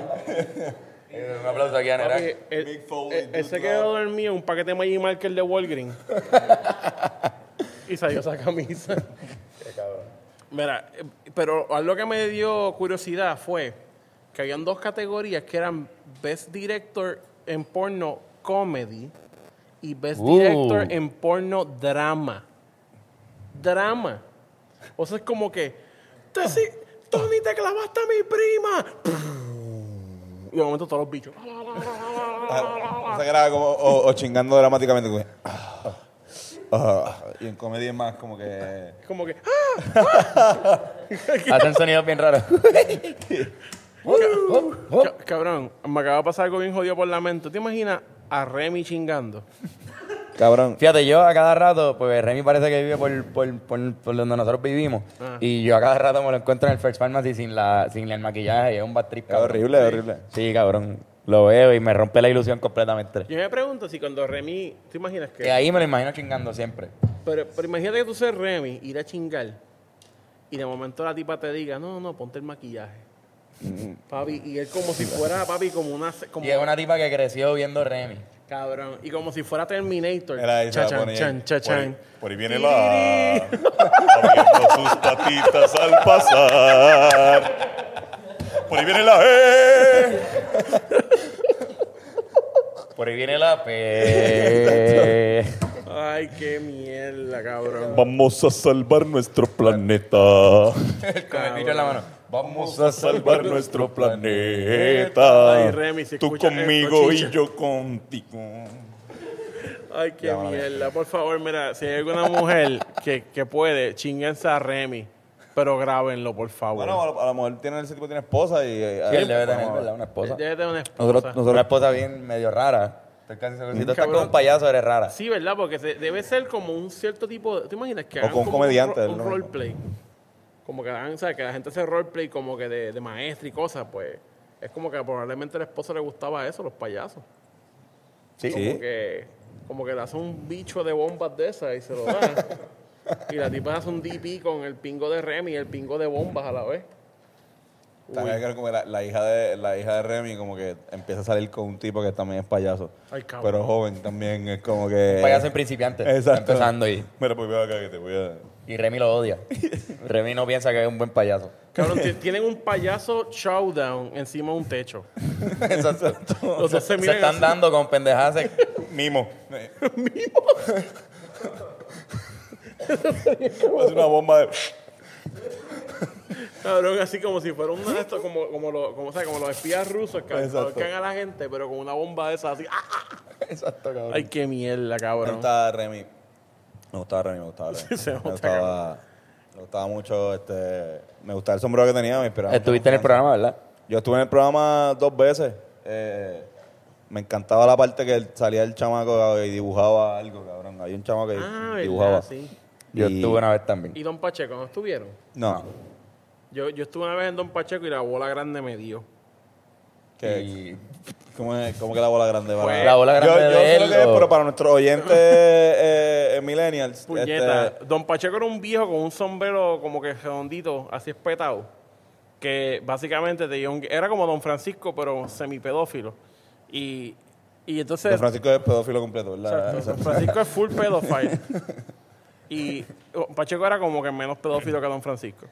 A: Un aplauso aquí a Neraka.
B: Papi, eh, el-
C: Big Foley,
B: el-
C: dude
B: él se quedó dormido en un paquete de Magic Marker de Walgreens. y salió esa camisa. Mira, eh, pero algo que me dio curiosidad fue que habían dos categorías que eran Best Director en porno comedy y Best
A: Uh.
B: Director en porno drama. Drama. O sea, es como que, te si- Tony, te clavaste a mi prima. Y de momento todos los bichos.
C: O sea, que era Ah, como, o, o chingando dramáticamente. como que, ah, ah. y en comedia es más como que...
B: Es como que, ¡ah!
A: Hacen sonidos bien raros. Uh, Oh.
B: Ca- cabrón, me acaba de pasar algo bien jodido por la mente. ¿Te imaginas a Remy chingando?
C: Cabrón.
A: Fíjate, yo a cada rato, pues Remy parece que vive por, por, por- por donde nosotros vivimos. Y yo a cada rato me lo encuentro en el First Pharmacy sin, la, sin el maquillaje. y es un bad trip,
C: Es
A: cabrón.
C: horrible, es horrible.
A: Sí, cabrón. Lo veo y me rompe la ilusión completamente.
B: Yo me pregunto si cuando Remy, ¿te imaginas
A: Que ahí me lo imagino chingando siempre.
B: Pero, pero imagínate que tú seas Remy, ir a chingar. Y de momento la tipa te diga, no, no, ponte el maquillaje. Papi, y él como si fuera, papi, como una... Como,
A: Y es una tipa que creció viendo Remy.
B: Cabrón. Y como si fuera Terminator.
C: Era ahí, se la
B: Chachan,
C: ponía.
B: chan,
E: Por ahí,
B: chachan.
E: por ahí viene la. abriendo sus patitas al pasar. Por ahí viene la. eh.
A: Por ahí viene la P.
B: Ay, qué mierda, cabrón.
E: Vamos a salvar nuestro planeta.
A: Con el bicho en la mano.
E: Vamos a salvar nuestro
B: Ay,
E: planeta.
B: Remy, si
E: Tú
B: escuchas
E: conmigo
B: esto,
E: y
B: chicha.
E: yo contigo.
B: Ay, qué mierda. Por favor, mira, si hay alguna mujer que, que puede, chinguense a Remy. Pero grábenlo, por favor.
C: Bueno, a lo- a lo mejor tiene, ese tipo tiene esposa y... eh,
A: Sí, él debe tener, ¿verdad? Una esposa.
B: Él Debe tener una esposa.
C: Nosotros, nosotros
A: Una esposa bien medio rara. Estoy casi seguro. Si tú estás con
B: Cabrón.
A: un payaso, eres rara.
B: Sí, ¿verdad? Porque se- debe ser como un cierto tipo de... ¿Te imaginas que
C: O
B: hagan
C: con un
B: como ro-
C: comediante, es
B: Un,
C: lo mismo.
B: roleplay. Como que hagan, o sea, que la gente hace roleplay como que de, de maestra y cosas, pues... Es como que probablemente a la esposa le gustaba eso, los payasos.
C: Sí.
B: Como que... Como que le hace un bicho de bombas de esas y se lo da. y la tipa hace un DP con el pingo de Remy y el pingo de bombas a la vez.
C: También hay que ver como que la, la hija de, la hija de Remy como que empieza a salir con un tipo que también es payaso.
B: Ay, cabrón.
C: Pero joven también es como que...
A: Payaso en principiante.
C: Exacto.
A: Empezando y,
E: Mira, pues ven acá que te voy a.
A: y Remy lo odia. Remy no piensa que es un buen payaso.
B: Cabrón, ti- tienen un payaso showdown encima de un techo.
A: Exacto.
B: Los dos se
A: Se
B: miran
A: están
B: así.
A: dando con pendejadas. Se-
E: Mimo. Mimo. Hace una bomba de.
B: Cabrón, así como si fuera uno de estos, como, como, lo- como, o sea, como los espías rusos que
C: Exacto.
B: ahorcan a la gente, pero con una bomba de esas así. ¡ah!
C: Exacto, cabrón.
B: Ay, qué mierda,
C: Me
B: cabrón.
C: gustaba Remy. Me gustaba Remy, me gustaba Remy.
B: se nota,
C: me, gustaba, me gustaba mucho, este... Me gustaba el sombrero que tenía, me inspiraba. mucho
A: Estuviste en el
C: confianza.
A: programa, ¿verdad?
C: Yo estuve en el programa dos veces. Eh, me encantaba la parte que él- salía el chamaco cabrón, y dibujaba algo, cabrón. Había un chamaco que
B: Ah,
C: eh, dibujaba.
B: verdad, sí.
A: Yo
C: Y-
A: estuve una vez también.
B: ¿Y Don Pacheco no estuvieron?
C: No.
B: Yo, yo estuve una vez en Don Pacheco y la bola grande me dio.
C: Que,
A: Y-
C: ¿cómo, es, cómo que la bola grande va?
B: Pues,
A: la bola grande
C: yo, yo
A: de
C: sé lo
A: él,
C: que es,
A: o-
C: pero para nuestros oyentes eh, eh, millennials.
B: Puñeta.
C: este,
B: Don Pacheco era un viejo con un sombrero como que redondito, así espetado. Que básicamente te dio un- era como Don Francisco, pero semipedófilo. Y, y entonces.
C: Don Francisco es pedófilo completo, ¿verdad?
B: Exacto. Don Francisco es full pedófilo. y oh, Pacheco era como que menos pedófilo que Don Francisco.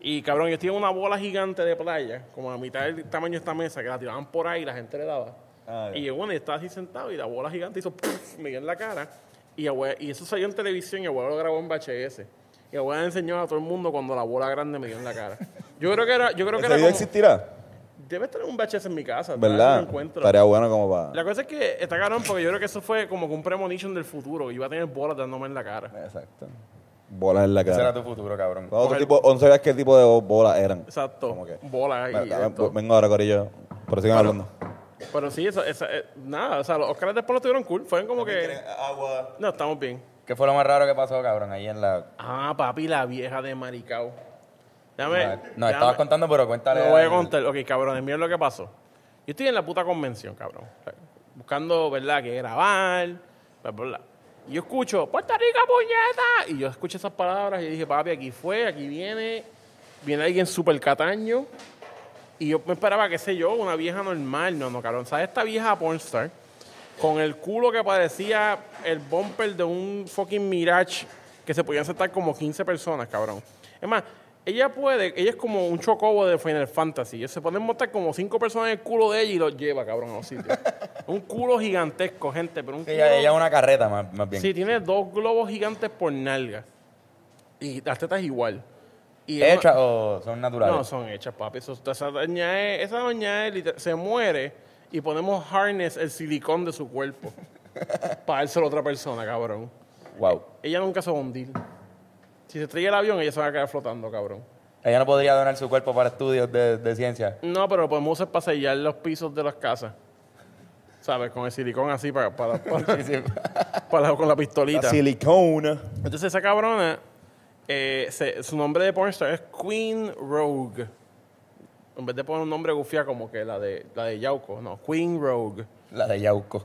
B: Y cabrón, yo tenía una bola gigante de playa, como a mitad del tamaño de esta mesa, que la tiraban por ahí y la gente le daba.
C: Ah, ya.
B: y yo, bueno, yo estaba así sentado y la bola gigante hizo ¡puff! me dio en la cara. Y, abue- y eso salió en televisión y el abuelo lo grabó en VHS. Y el abuelo enseñó a todo el mundo cuando la bola grande me dio en la cara. Yo creo que era, yo creo que
C: ¿Ese
B: era
C: video
B: como,
C: existirá?
B: debe tener un VHS en mi casa, tal vez lo
C: ¿Verdad?
B: encuentro.
C: Estaría bueno como para...
B: La cosa es que está cabrón porque yo creo que eso fue como que un premonition del futuro. que Iba a tener bolas dándome en la cara.
C: Exacto. Bolas en la
A: Ese era
C: cara.
A: tu futuro, cabrón.
C: Otro
B: Con el-
C: tipo, no sabías qué tipo de bo- bolas eran.
B: Exacto.
C: Como que-
B: Bolas y
C: Vale, vale,
B: esto.
C: Vengo ahora, Corillo. Pero sigan hablando.
B: Pero sí, eso, esa- eh, nada, o sea, los Oscars después lo tuvieron cool. Fueron como que...
C: Agua.
B: No, estamos bien.
A: ¿Qué fue lo más raro que pasó, cabrón? Ahí en la.
B: Ah, papi, la vieja de Maricao. Déjame...
A: No,
B: déjame-
A: estabas contando, pero cuéntale.
B: Eh, Lo voy a
A: al-
B: contar. Ok, cabrones, miren lo que pasó. Yo estoy en la puta convención, cabrón. Buscando, ¿verdad? Que grabar, bla, bla, bla. Y yo escucho, ¡Puerto Rico, puñeta! Y yo escuché esas palabras y yo dije, papi, aquí fue, aquí viene. Viene alguien súper cataño. Y yo me esperaba, qué sé yo, una vieja normal. No, no, cabrón. ¿Sabes esta vieja pornstar? Con el culo que parecía el bumper de un fucking Mirage que se podían sentar como 15 personas, cabrón. Es más, ella puede, ella es como un chocobo de Final Fantasy. Ellos se pueden montar como 5 personas en el culo de ella y los lleva, cabrón, a los sitios. un culo gigantesco, gente, pero un
A: Sí,
B: culo-
A: Ella, ella es una carreta, más, más bien.
B: Sí, tiene dos globos gigantes por nalga. Y las tetas igual. Y es
A: ¿Hechas o son naturales?
B: No, son hechas, papi. Eso- esa, doña es- esa doña es liter- se muere y ponemos harness, el silicón de su cuerpo. para dárselo a otra persona, cabrón.
A: Wow.
B: Ella nunca se va a hundir. Si se estrella el avión, ella se va a quedar flotando, cabrón.
A: Ella no podría donar su cuerpo para estudios de, de ciencia.
B: No, pero lo podemos usar para sellar los pisos de las casas. ¿Sabes? Con el silicón así para, para, para- para- con la pistolita.
C: silicona.
B: Entonces esa cabrona, eh, se- su nombre de pornstar es Queen Rogue. En vez de poner un nombre gufía como que la de, la de Yauco, no, Queen Rogue.
A: La de Yauco.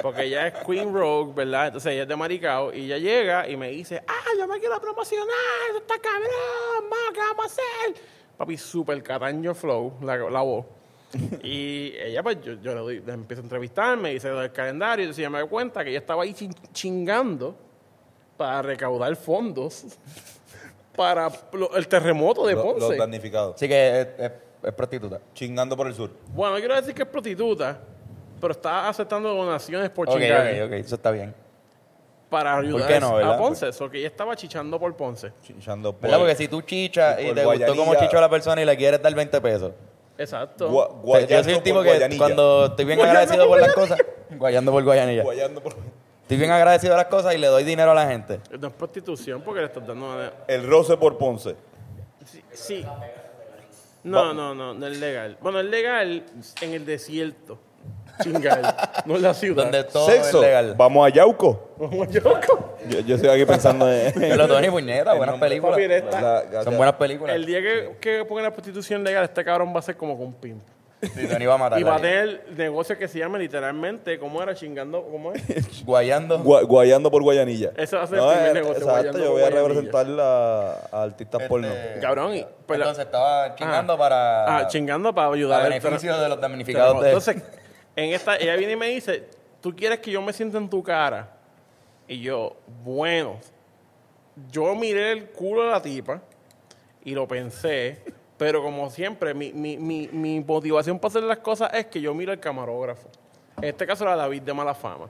B: Porque ella es Queen Rogue, ¿verdad? Entonces ella es de Maricao y ella llega y me dice, ah, yo me quiero promocionar, esto está cabrón, ma, ¿qué vamos a hacer? Papi, super cataño flow, la, la voz. y ella, pues, yo, yo le doy, le empiezo a entrevistarme, me dice lo del calendario, entonces ella me da cuenta que ella estaba ahí chin- chingando para recaudar fondos para lo- el terremoto de
C: Los
B: Ponce.
C: damnificados.
A: Así que es, es- es prostituta.
C: Chingando por el sur.
B: bueno, no quiero decir que es prostituta, pero está aceptando donaciones por
A: Ok,
B: chingar. eh.
A: ok, ok. Eso está bien.
B: para ayudar
C: qué no,
B: a
C: verdad?
B: Ponce. Eso que ella estaba chichando por Ponce.
C: Chingando por
A: ¿Verdad? Porque si tú chichas
C: y
A: y
C: por
A: te gustó como
C: Guayanilla-
A: chichó a la persona y le quieres dar 20 pesos.
B: Exacto.
C: Gua-
A: Te- Yo soy
C: guayando
A: un tipo
C: por
A: que
C: Guayanilla.
A: cuando estoy bien
B: Guayando
A: agradecido
B: por
A: por las cosas... Guayando por Guayanilla.
C: Guayando por-
A: Estoy bien agradecido a las cosas y le doy dinero a la gente.
B: No es prostitución porque le estás dando. una-
C: El roce por Ponce.
B: Sí. sí. No, no, no, no es legal. Bueno, es legal en el desierto. Chingar. no en la ciudad.
A: Donde todo
C: Sexo.
A: es legal.
C: Vamos a Yauco.
B: Como yo.
C: Yo, yo estoy aquí pensando en.
A: Los Tony Puñeta, buenas películas.
B: Papi, eres-
C: La- la-
A: Son buenas películas.
B: El día que, que pongan la prostitución legal, este cabrón va a ser como con un pimp.
A: Sí, Tony va a matar.
B: Y va a tener negocio que se llama literalmente, ¿cómo era? Chingando, ¿cómo es?
A: Guayando.
C: Gua- guayando por Guayanilla.
B: Ese va a ser el primer
C: eh,
B: negocio,
C: Exacto,
B: guayando
C: yo
B: por
C: voy a
B: Guayanilla.
C: representar la- a artistas porno.
B: Cabrón, y- pues la-
A: Entonces estaba chingando
B: Ah.
A: para...
B: Ah, chingando para ayudar
A: A
B: al
A: beneficio
B: tra-
A: de los damnificados de-
B: Entonces, en esta, ella viene y me dice, ¿tú quieres que yo me sienta en tu cara? Y yo, bueno, yo miré el culo de la tipa y lo pensé, pero como siempre, mi, mi, mi, mi motivación para hacer las cosas es que yo miro al camarógrafo. En este caso era David de mala fama.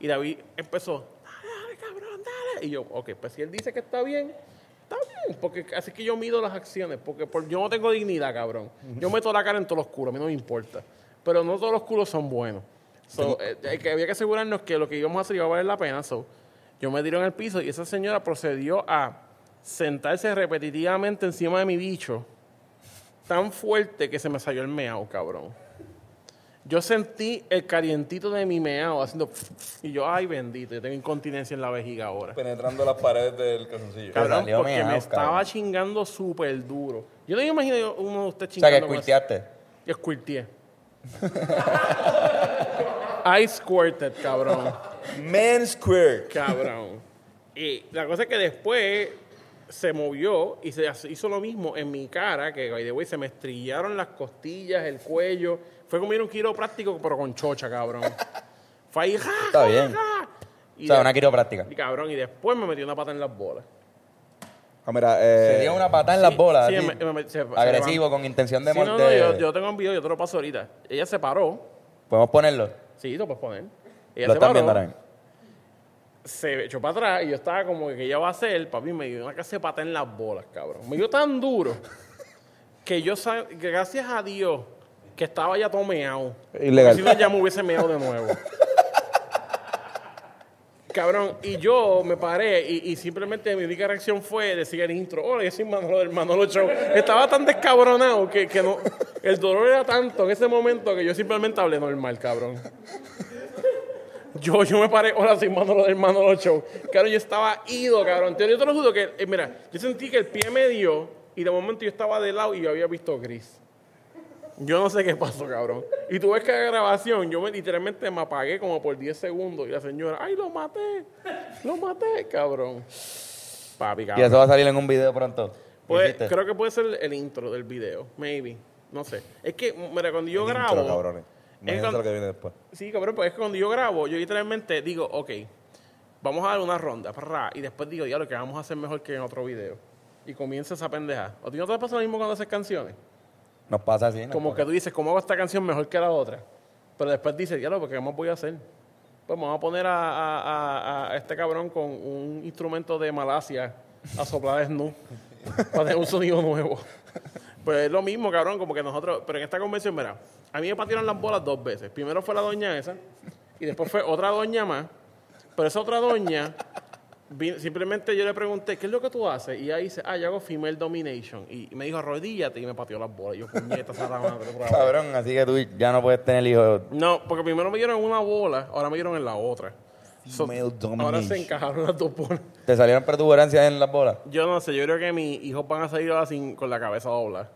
B: Y David empezó, dale, dale, cabrón, dale. Y yo, ok, pues si él dice que está bien, está bien. Porque así que yo mido las acciones, porque por- yo no tengo dignidad, cabrón. Yo meto la cara en todos los culos, a mí no me importa. Pero no todos los culos son buenos. So, eh, eh, que había que asegurarnos que lo que íbamos a hacer iba a valer la pena. So, yo me tiro en el piso y esa señora procedió a sentarse repetitivamente encima de mi bicho tan fuerte que se me salió el meao, cabrón. Yo sentí el calientito de mi meao haciendo... Y yo, ay, bendito, yo tengo incontinencia en la vejiga ahora.
C: Penetrando las paredes del calzoncillo.
B: Cabrón,
A: salió
B: porque me
A: meao,
B: estaba
A: cabrón.
B: chingando súper duro. Yo no me imagino yo- uno de ustedes
A: O sea,
B: chingando
A: que
B: con eso.
A: cuiteaste.
B: Yo squirteé. I squirted, cabrón.
C: Man Square.
B: Cabrón. Y la cosa es que después se movió y se hace- hizo lo mismo en mi cara, que by the way, se me estrillaron las costillas, el cuello. Fue como ir a un quiropráctico, pero con chocha, cabrón. Fue ahí, ja,
A: Está
B: ja,
A: bien.
B: ja. Y
A: O sea,
B: de-
A: una quiropráctica.
B: y cabrón, y después me metió una pata en las bolas.
C: Ah, mira, eh,
A: Se dio una patada en las bolas.
B: sí,
A: así,
B: me- me- se- se
A: agresivo,
B: levantó.
A: con intención de
B: Sí, no, no,
A: morder.
B: yo, yo tengo un video, yo te lo paso ahorita. Ella se paró.
A: Podemos ponerlo.
B: Sí, lo puedes poner. Ella
A: lo
B: se
A: están
B: paró,
A: viendo ahora mismo.
B: se echó para atrás y yo estaba como que ella va a hacer, papi me dio una casa de pata en las bolas, cabrón. Me dio tan duro que yo, sa- que gracias a Dios, que estaba ya tomeado.
C: Ilegal.
B: Si no, ya me hubiese meado de nuevo. Cabrón, y yo me paré y, y simplemente mi única reacción fue decir el intro. Hola, yo soy Manolo del Manolo Show. Estaba tan descabronado que, que no, el dolor era tanto en ese momento que yo simplemente hablé normal, cabrón. Yo, yo me paré, hola, soy Manolo del Manolo Show. Cabrón, yo estaba ido, cabrón. Te- Yo te lo juro que, eh, mira, yo sentí que el pie me dio y de momento yo estaba de lado y yo había visto gris. Yo no sé qué pasó, cabrón. Y tú ves que la grabación, yo me, literalmente me apagué como por 10 segundos y la señora, ay, lo maté, lo maté, cabrón. Papi,
A: Y
B: cabrón.
A: eso va a salir en un video pronto.
B: Pues,
A: ¿Hiciste?
B: creo que puede ser el intro del video, maybe. No sé. Es que, mira, cuando yo
C: intro,
B: grabo.
C: cabrones.
B: es
C: Imagínate
B: cuando-
C: lo que viene después.
B: Sí, cabrón, pues es que cuando yo grabo, yo literalmente digo, ok, vamos a dar una ronda, prrra, y después digo, ya lo que vamos a hacer mejor que en otro video. Y comienza esa pendeja. ¿O a ti no te pasa lo mismo cuando haces canciones?
A: Nos pasa así. ¿no?
B: Como que tú dices, ¿cómo hago esta canción mejor que la otra? Pero después dices, ya lo, ¿qué más voy a hacer? Pues vamos a poner a, a- a- a este cabrón con un instrumento de Malasia a soplar snu para tener un sonido nuevo. Pues es lo mismo, cabrón, como que nosotros. Pero en esta convención, mira, a mí me partieron las bolas dos veces. Primero fue la doña esa y después fue otra doña más. Pero esa otra doña, vi- simplemente yo le pregunté, ¿qué es lo que tú haces? Y ella dice, ah, yo hago female domination. Y me dijo, arrodíllate y me pateó las bolas. Yo, puñetas, a la madre, por favor".
A: Cabrón, así que tú ya no puedes tener hijos.
B: No, porque primero me dieron en una bola, ahora me dieron en la otra. So,
C: Female
B: ahora se
C: domination.
B: encajaron las dos bolas.
A: ¿Te salieron protuberancias en las bolas?
B: Yo no sé, yo creo que mis hijos van a salir ahora sin, con la cabeza doblada.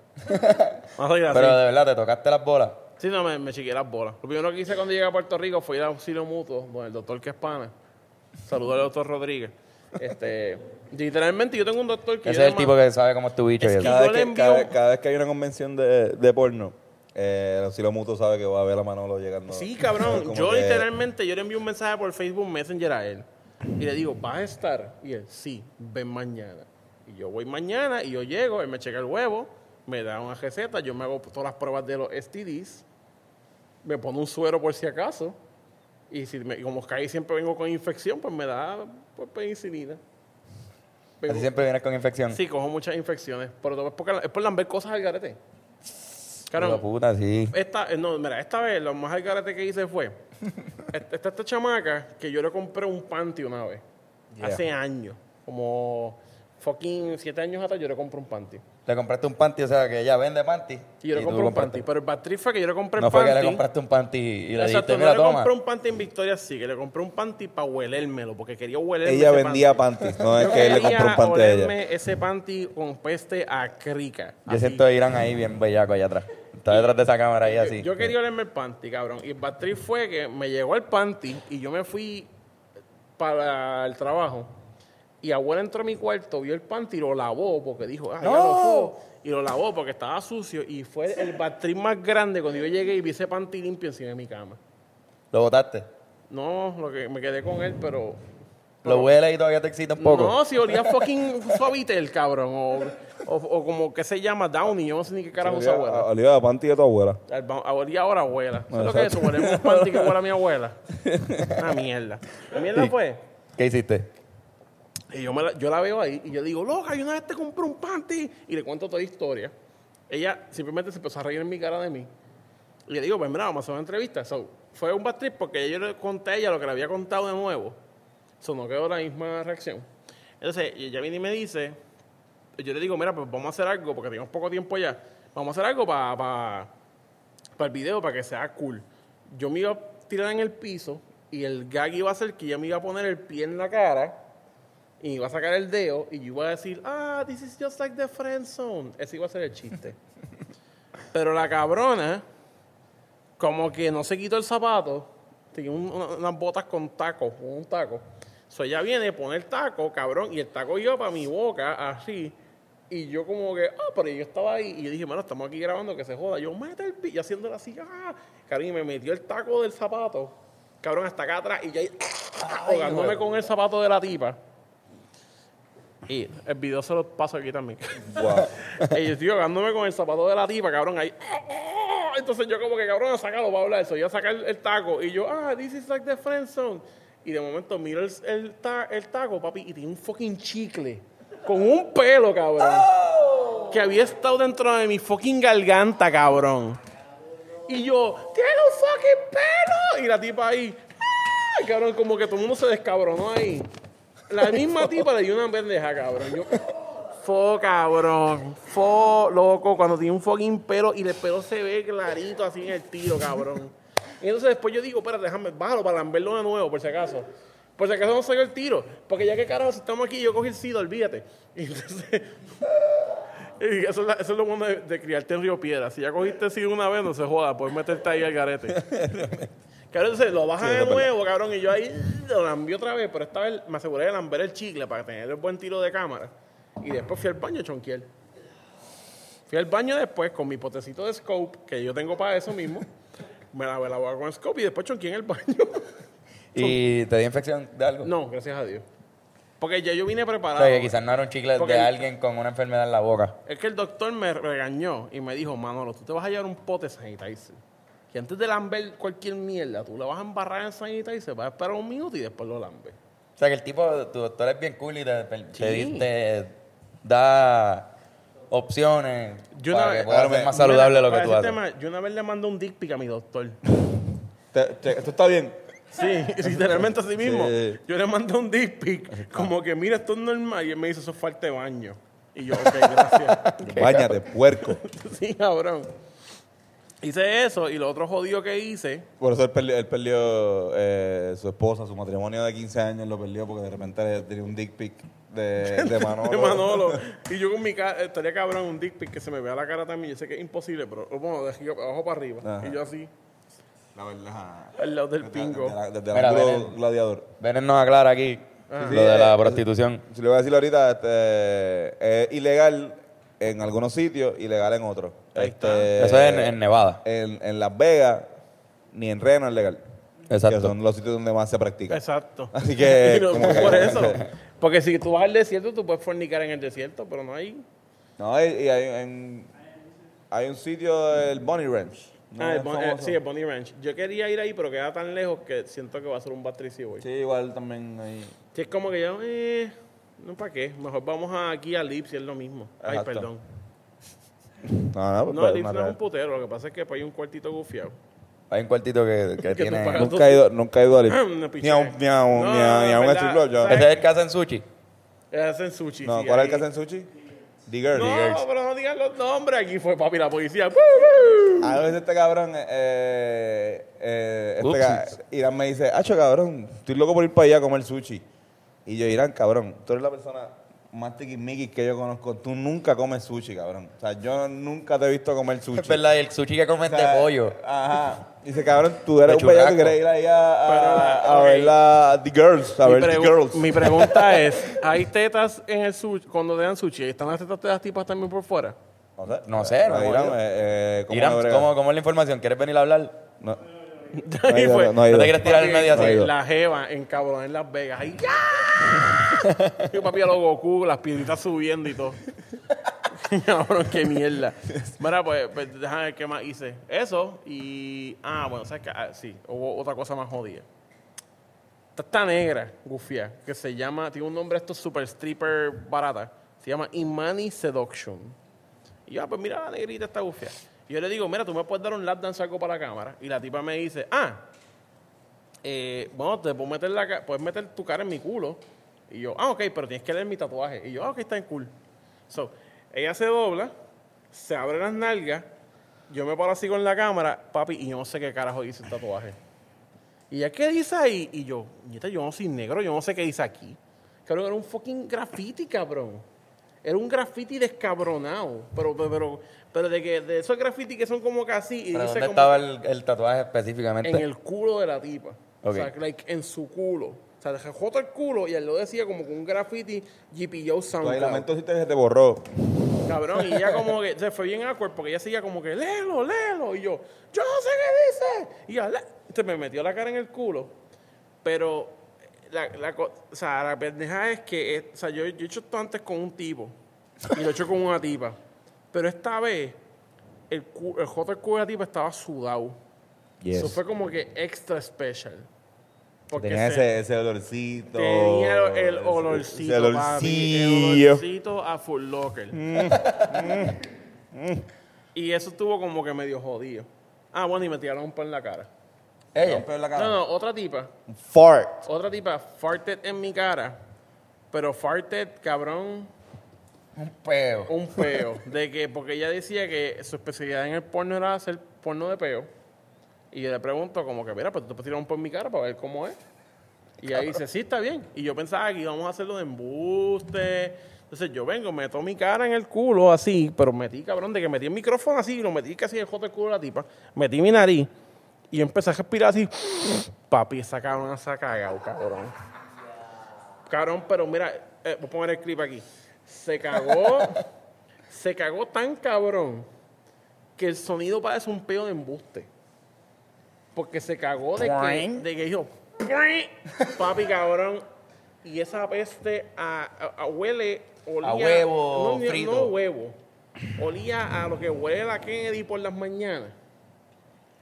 B: Van a salir así.
A: Pero de verdad, ¿te tocaste las bolas?
B: Sí, no, me, me chiqué las bolas. Lo primero que hice cuando llegué a Puerto Rico fue ir a auxilio mutuo con el doctor que es pana. Saludo al doctor Rodríguez. Este, literalmente yo tengo un doctor que
A: Ese
B: yo
A: es el
B: llamo-
A: tipo que sabe cómo es tu bicho. y
B: Es que-
A: eso.
C: Cada
B: yo
C: vez
B: le
C: que,
B: envío-
C: cada, cada vez que hay una convención de, de porno, eh, el auxilio mutuo sabe que va a ver a Manolo llegando.
B: Sí, cabrón.
C: Como
B: yo
C: que-
B: literalmente, yo le envié un mensaje por Facebook Messenger a él. Y le digo, ¿vas a estar? Y él, sí, ven mañana. Y yo voy mañana y yo llego, él me checa el huevo, me da una receta, yo me hago todas las pruebas de los STDs, me pone un suero por si acaso. Y si me- y como caí siempre vengo con infección, pues me da pues, penicilina. Pero-
A: Así siempre vienes con infección.
B: Sí, cojo muchas infecciones. Pero es, porque, es por lamber cosas al garete. Cabrón,
A: Hijo de puta, sí.
B: esta, eh, no, mira, esta vez lo más algarete que hice fue. est- Está esta chamaca que yo le compré un panty una vez. Hace años. Como fucking siete años atrás yo le compré un panty.
A: Le compraste un panty, o sea, que ella vende panty.
B: Y yo le
A: tú
B: compré un
A: compraste-
B: panty. Pero el batriz fue que yo le compré
A: No
B: el
A: fue
B: panty.
A: que le compraste un panty y le
B: Exacto,
A: dijiste,
B: no
A: mira,
B: le
A: toma.
B: compré un panty en Victoria sí, que le compré un panty para huelérmelo, porque quería huelerme.
C: Ella
B: ese
C: vendía
B: panty.
C: panties, no es
B: Yo
C: que él le compró un
B: quería
C: panty a ella.
B: olerme ese panty con peste a crica.
A: Yo
B: así.
A: siento a Irán ahí bien bellaco allá atrás. Está detrás de esa cámara ahí así.
B: Yo quería olerme el panty, cabrón. Y el batriz fue que me llegó el panty y yo me fui para el trabajo. Y abuela entró a mi cuarto, vio el panty y lo lavó porque dijo, ah, ya lo fue. Y lo lavó porque estaba sucio. Y fue el batriz más grande cuando yo llegué y vi ese panty limpio encima de mi cama.
A: ¿Lo botaste?
B: No, lo que me quedé con él, pero.
A: ¿Lo huele y todavía te excita un poco?
B: No, si olía fucking suavitel, cabrón. O, o, o como que se llama Downy, yo no sé ni qué carajo usa
C: Olía
B: abuela.
C: a- olía a panty de tu abuela.
B: Al- va- Olía ahora abuela. ¿Sabes lo que es eso? Huele un panty que huele a mi abuela. Una mierda. La mierda fue.
A: ¿Qué hiciste?
B: Y yo, me la, yo la veo ahí y yo le digo, loca, yo una vez te compré un panty. Y le cuento toda la historia. Ella simplemente se empezó a reír en mi cara de mí. Y le digo, pues mira, vamos a hacer una entrevista. So, fue un bad trip porque yo le conté a ella lo que le había contado de nuevo. So, no quedó la misma reacción. Entonces, y ella viene y me dice, yo le digo, mira, pues vamos a hacer algo porque tenemos poco tiempo ya. Vamos a hacer algo para el video, para que sea cool. Yo me iba a tirar en el piso y el gag iba a ser que ella me iba a poner el pie en la cara y iba a sacar el dedo y yo iba a decir, ah, this is just like the friend zone. Ese iba a ser el chiste. Pero la cabrona, como que no se quitó el zapato, tenía un- una- unas botas con tacos, con un taco. So ella viene, pone el taco, cabrón, y el taco iba para mi boca, así. Y yo como que, ah, pero yo estaba ahí. Y yo dije, bueno, estamos aquí grabando, que se joda. Yo, mete el pi... Y haciéndolo así, ah. Cabrón, y me metió el taco del zapato, cabrón, hasta acá atrás. Y ya ahí, ah, ahogándome con el zapato de la tipa. Y el video se lo paso aquí también.
C: Wow.
B: Y yo estoy ahogándome con el zapato de la tipa, cabrón, ahí. Entonces yo como que, cabrón, sácalo para hablar eso. Yo saca el, el taco y yo, ah, this is like the friend zone. Y de momento miro el, el ta- el taco, papi, y tiene un fucking chicle. Con un pelo, cabrón. Que había estado dentro de mi fucking garganta, cabrón. Y yo, tiene un fucking pelo. Y la tipa ahí, ¡ah! cabrón, como que todo el mundo se descabronó ahí. La misma tipa le dio una pendeja, cabrón. Yo, fo, cabrón. Fo, loco, cuando tiene un fucking pelo y el pelo se ve clarito así en el tiro, cabrón. Y entonces después yo digo, espérate, déjame, bájalo para lamberlo de nuevo, por si acaso. Por si acaso no salió el tiro. Porque ya que carajo, si estamos aquí, yo cogí el sido, olvídate. Y entonces... Y eso, es la- eso es lo bueno de, de criarte en Río Piedra. Si ya cogiste así una vez, no se joda, puedes meterte ahí al garete. cabrón, entonces lo bajan de nuevo, cabrón, y yo ahí lo lambí otra vez, pero esta vez me aseguré de lamber el chicle para tener el buen tiro de cámara. Y después fui al baño, chonquiel. Fui al baño después con mi potecito de scope, que yo tengo para eso mismo. Me lavé la boca con scope y después chonquié en el baño.
A: ¿Y te dio infección de algo?
B: no, gracias a Dios. Porque ya yo vine
A: O
B: preparado.
A: sea, que quizás no era un chicle
B: Porque
A: de
B: el-
A: alguien con una enfermedad en la boca.
B: Es que el doctor me regañó y me dijo, Manolo, tú te vas a llevar un pote de sanitizer. Que antes de lamber cualquier mierda, tú la vas a embarrar en sanitizer, vas a esperar un minuto y después lo lambes.
A: O sea, que el tipo, tú, tú eres bien cool y te, te- te da opciones
B: Yo
A: para
B: una vez-
A: que puedas
C: Claro,
A: ser
C: me-
A: más
B: Mira,
A: saludable lo que
B: para
A: tú
B: ese
A: haces.
B: tema, yo una vez le mandé un dick pic a mi doctor.
C: Te- te- esto está bien.
B: Sí, literalmente así mismo.
C: Sí.
B: Yo le mandé un dick pic, como que mira, esto es normal. Y él me dice, eso es falta de baño. Y yo, ok, gracias.
C: Báñate, puerco.
B: sí, cabrón. Hice eso y lo otro jodido que hice,
C: Por eso él perdió, él perdió, eh, su esposa, su matrimonio de 15 años, lo perdió porque de repente le tenía un dick pic de, de Manolo.
B: de Manolo, y yo con mi cara, estaría cabrón un dick pic que se me vea la cara también. Yo sé que es imposible, pero lo pongo de aquí abajo para arriba.
C: Ajá.
B: Y yo así,
C: La verdad.
B: al lado del pingo.
C: Desde, la- desde el
A: Mira,
C: ángulo
A: Belén.
C: gladiador.
A: Beren nos aclara aquí
B: Ah.
C: Sí,
A: lo
C: sí,
A: de la
C: eh,
A: prostitución.
C: Si le voy a decir ahorita, este, es ilegal en algunos sitios, ilegal en otros. Este,
A: Eso es en, en Nevada.
C: En, en Las Vegas, ni en Reno es legal.
A: Exacto.
C: Que son los sitios donde más se practica.
B: Exacto.
C: Así que,
B: Y no,
C: como que-
B: por eso. Porque si tú vas al desierto, tú puedes fornicar en el desierto, pero no hay.
C: No, y, y hay, en- hay un sitio, el Bunny Ranch. ¿no?
B: Ah, el
C: Es
B: Bon- eh,
C: famoso.
B: sí, el Bonnie Ranch. Yo quería ir ahí, pero queda tan lejos que siento que va a ser un bad trip si voy.
C: Sí, igual también hay.
B: Sí, es como que yo, eh, no para qué. Mejor vamos a- aquí a Lips y es lo mismo. Ay,
C: Exacto. Pues,
B: perdón.
C: No, no,
B: No,
C: pero-
B: Lips no
C: pero-
B: es un putero. Lo que pasa es que pues, hay un cuartito gufiado.
A: Hay un cuartito que, que
B: tú
A: tiene...
B: pagas.
C: Nunca he ido, nunca he ido a Lip.
B: Una
C: Ni a un, ni a un,
B: No,
C: ni a, ni a un
B: ¿verdad?
C: strip club, yo-
A: ¿Ese es el que hacen sushi?
B: Eh, Hacen sushi.
C: No,
B: sí,
C: ¿cuál es el
B: ahí.
C: que hacen sushi? Digger.
B: No, pero no digan los nombres. Aquí fue papi la policía.
C: A veces este cabrón, eh, eh, este ca-
A: Upsis.
C: Irán me dice, Acho, cabrón, estoy loco por ir para allá a comer sushi. Y yo, Irán, cabrón, tú eres la persona más tiquismiquis que yo conozco. Tú nunca comes sushi, cabrón. O sea, yo nunca te he visto comer sushi.
A: Es verdad, y el sushi que comen
C: O sea,
A: de pollo.
C: Ajá. Dice, cabrón, tú eres
A: De
C: un payaso que
A: churrasco.
C: quieres ir ahí a, a,
B: Pero, eh,
C: a
B: ok.
C: ver la The Girls, a ver The
B: pregu-
C: Girls.
B: mi pregunta es, ¿hay tetas en el sushi cuando te dan sushi? ¿Están las tetas de las tipas también por fuera?
C: No sé.
A: No sé, no,
C: Irán,
A: yo-
C: eh, eh, ¿cómo
A: Irán,
C: lo brega?
A: ¿cómo, ¿cómo es la información? ¿Quieres venir a hablar?
C: No,
B: Ahí
C: no,
B: fue.
C: no, no
A: ¿No te
C: he ido.
A: quieres tirar el medio
B: Papi,
A: así?
C: ido.
B: La jeva en cabrón en Las Vegas. ¡Ay, ya! Yo papi a los Goku, las piedritas subiendo y todo. cabrón, qué mierda. Mira, pues, pues, déjame ver qué más hice. Eso y... Ah, bueno, ¿sabes qué? Ah, sí, hubo otra cosa más jodida. Está esta negra, gufia, que se llama... Tiene un nombre esto super stripper barata. Se llama Imani Seduction. Y yo, ah, pues mira la negrita está gufia. Y yo le digo, mira, tú me puedes dar un lap dance algo para la cámara. Y la tipa me dice, ah, eh, bueno, te puedo meter la ca- puedes meter tu cara en mi culo. Y yo, ah, ok, pero tienes que leer mi tatuaje. Y yo, ah, ok, está en cool. So, ella se dobla, se abre las nalgas, yo me paro así con la cámara, papi, y yo no sé qué carajo dice el tatuaje. Y ya, ¿qué dice ahí? Y yo, "Nieta, yo no soy negro, yo no sé qué dice aquí. Cabrón, era un fucking graffiti, cabrón. Era un graffiti descabronado. Pero, pero, pero, pero de que de esos graffiti que son como casi. Y
A: ¿Pero dónde
B: dice como-
A: estaba el, el tatuaje específicamente?
B: en el culo de la tipa. O
A: Ok.
B: sea, like, en su culo. O sea, dejó todo el culo y él lo decía como con un graffiti GPO
C: Tú ahí
B: SoundCloud.
C: lamento si te, se te borró.
B: Cabrón, y ella como que se fue bien awkward porque ella seguía como que, léelo, léelo. Y yo, yo no sé qué dice. Y ella, "Lé-". se me metió la cara en el culo. Pero, la, la, co- o sea, la pendeja es que, eh, o sea, yo, yo he hecho esto antes con un tipo y lo he hecho con una tipa. Pero esta vez, el, cu- el joto del culo de la tipa estaba sudado. Eso fue como que extra special. Porque
C: Tenía
B: se-
C: ese, ese olorcito.
B: tenía el, el
C: Ese-
B: olorcito,
C: Ese
B: papi, el
C: olorcillo.
B: olorcito a Full Locker. Mm. y eso estuvo como que medio jodido. Ah, bueno, y me tiraron un pan en la cara.
A: Ella.
B: No, no, otra tipa.
C: Fart.
B: Otra tipa farted en mi cara. Pero farted, cabrón,
A: Un peo.
B: un peo. De que, porque ella decía que su especialidad en el porno era hacer porno de peo. Y yo le pregunto, como que, mira, pues tú te puedes tirar un peo en mi cara para ver cómo es. Y ahí dice, sí, está bien. Y yo pensaba que íbamos a hacerlo de embuste. Entonces yo vengo, meto mi cara en el culo así, pero metí, cabrón, de que metí el micrófono así y lo metí casi en el joto del culo de la tipa. Metí mi nariz y empecé a respirar así. Papi, esa cabrona se ha cagado, cabrón. Cabrón, pero mira, eh, voy a poner el clip aquí. Se cagó, se cagó tan cabrón que el sonido parece un peo de embuste. Porque se cagó de que, de que yo, papi, cabrón. Y esa peste a, a- a huele, olía,
A: A huevo
B: no, ni-
A: frito.
B: No huevo, olía a lo que huele la Kennedy por las mañanas.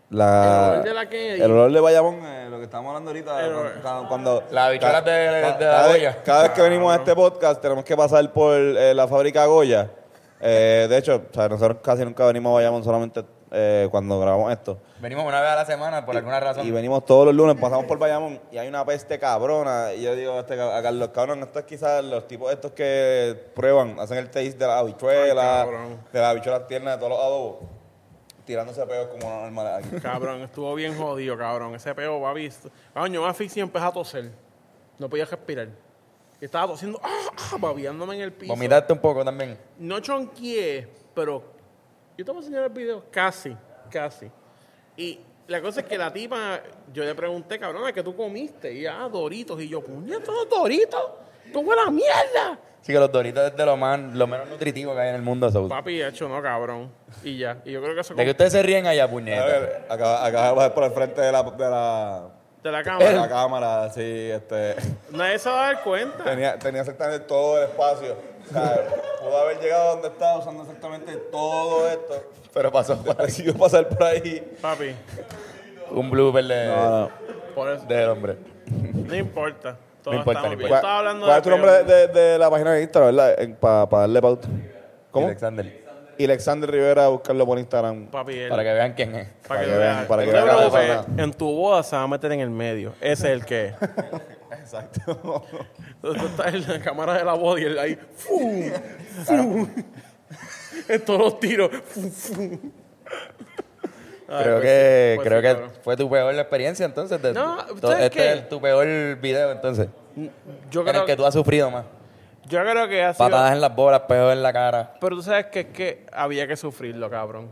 C: La,
B: El olor de la Kennedy.
C: el olor de Bayamón, eh, lo que estamos hablando ahorita,
B: El
C: cuando-
B: olor.
C: cuando, cuando-
A: Las habichuelas
C: ca-
A: de- de
C: ca-
A: Uh, la
C: cada vez-
A: Goya.
C: Cada vez que venimos a este podcast tenemos que pasar por eh, la fábrica Goya. Eh, de hecho, o sea, nosotros casi nunca venimos a Bayamón, solamente eh, cuando grabamos esto.
A: Venimos una vez a la semana por alguna razón.
C: Y venimos todos los lunes, pasamos por Bayamón y hay una peste cabrona. Y yo digo a, este, ca- a Carlos, cabrón, estos quizás los tipos estos que prueban, hacen el taste de la habichuela,
B: Ay, cabrón.
C: de la habichuela tierna, de todos los adobos, tirándose peos como normal aquí.
B: Cabrón, estuvo bien jodido, cabrón. Ese peo va visto. Cabrón, yo me asfixié y empecé a toser. No podía respirar. Estaba tosiendo, ah, ah, babeándome en el piso.
A: Vomitaste un poco también.
B: No chonqueé, pero yo te voy a enseñar el video. Casi, casi. Y la cosa es que la tipa, yo le pregunté, cabrón, ¿qué tú comiste? Y ah, Doritos. Y yo, puñetos, Doritos. ¿Cómo la mierda?
A: Así que los Doritos es de lo, más, lo menos nutritivo que hay en el mundo. so.
B: Papi, de hecho, no, cabrón. Y ya. Y yo creo que eso
A: De que
B: como-
A: ustedes se ríen allá,
C: A
A: puñeta.
C: ver, Acaba, acaba de pasar por el frente de la, de la,
B: de la
C: de la
B: cámara.
C: cámara, sí, este.
B: Nadie se va a dar cuenta.
C: Tenía, tenía exactamente todo el espacio. O sea, pudo haber llegado donde estaba usando exactamente todo esto.
A: Pero pasó
C: Decidió pasar por ahí.
B: Papi,
A: un blooper de,
B: por eso.
A: del hombre.
B: No importa. Todos
A: No importa,
B: estamos
A: no importa.
B: bien. Yo estaba hablando
C: ¿Cuál es tu
B: de-
C: nombre de, de la página de Instagram, verdad? Para darle pauta. ¿Cómo?
A: Alexander.
C: Y Alexander Rivera, buscarlo por Instagram.
B: Papi, él.
A: Para que vean quién es.
B: para que
C: que vean,
B: vean.
C: para que
B: No te
C: vean la
B: preocupes,
C: persona.
B: En tu boda se va a meter en el medio. Ese es el que es.
C: Exacto.
B: Tú estás en la cámara de la boda y él ahí. ¡Fum! ¡Fum! en todos los tiros. ¡Fum! ¡Fum! Ay,
A: creo
B: pues
A: que,
B: sí, pues
A: creo
B: sí,
A: que
B: cabrón.
A: fue tu peor experiencia entonces. de-
B: No,
A: to-
B: ¿ustedes
A: este
B: qué?
A: es tu peor video entonces.
B: Yo
A: en
B: creo,
A: el que tú has sufrido más.
B: yo creo que ha sido-
A: Patadas en las bolas, peor en la cara.
B: Pero tú sabes que es que había que sufrirlo, cabrón.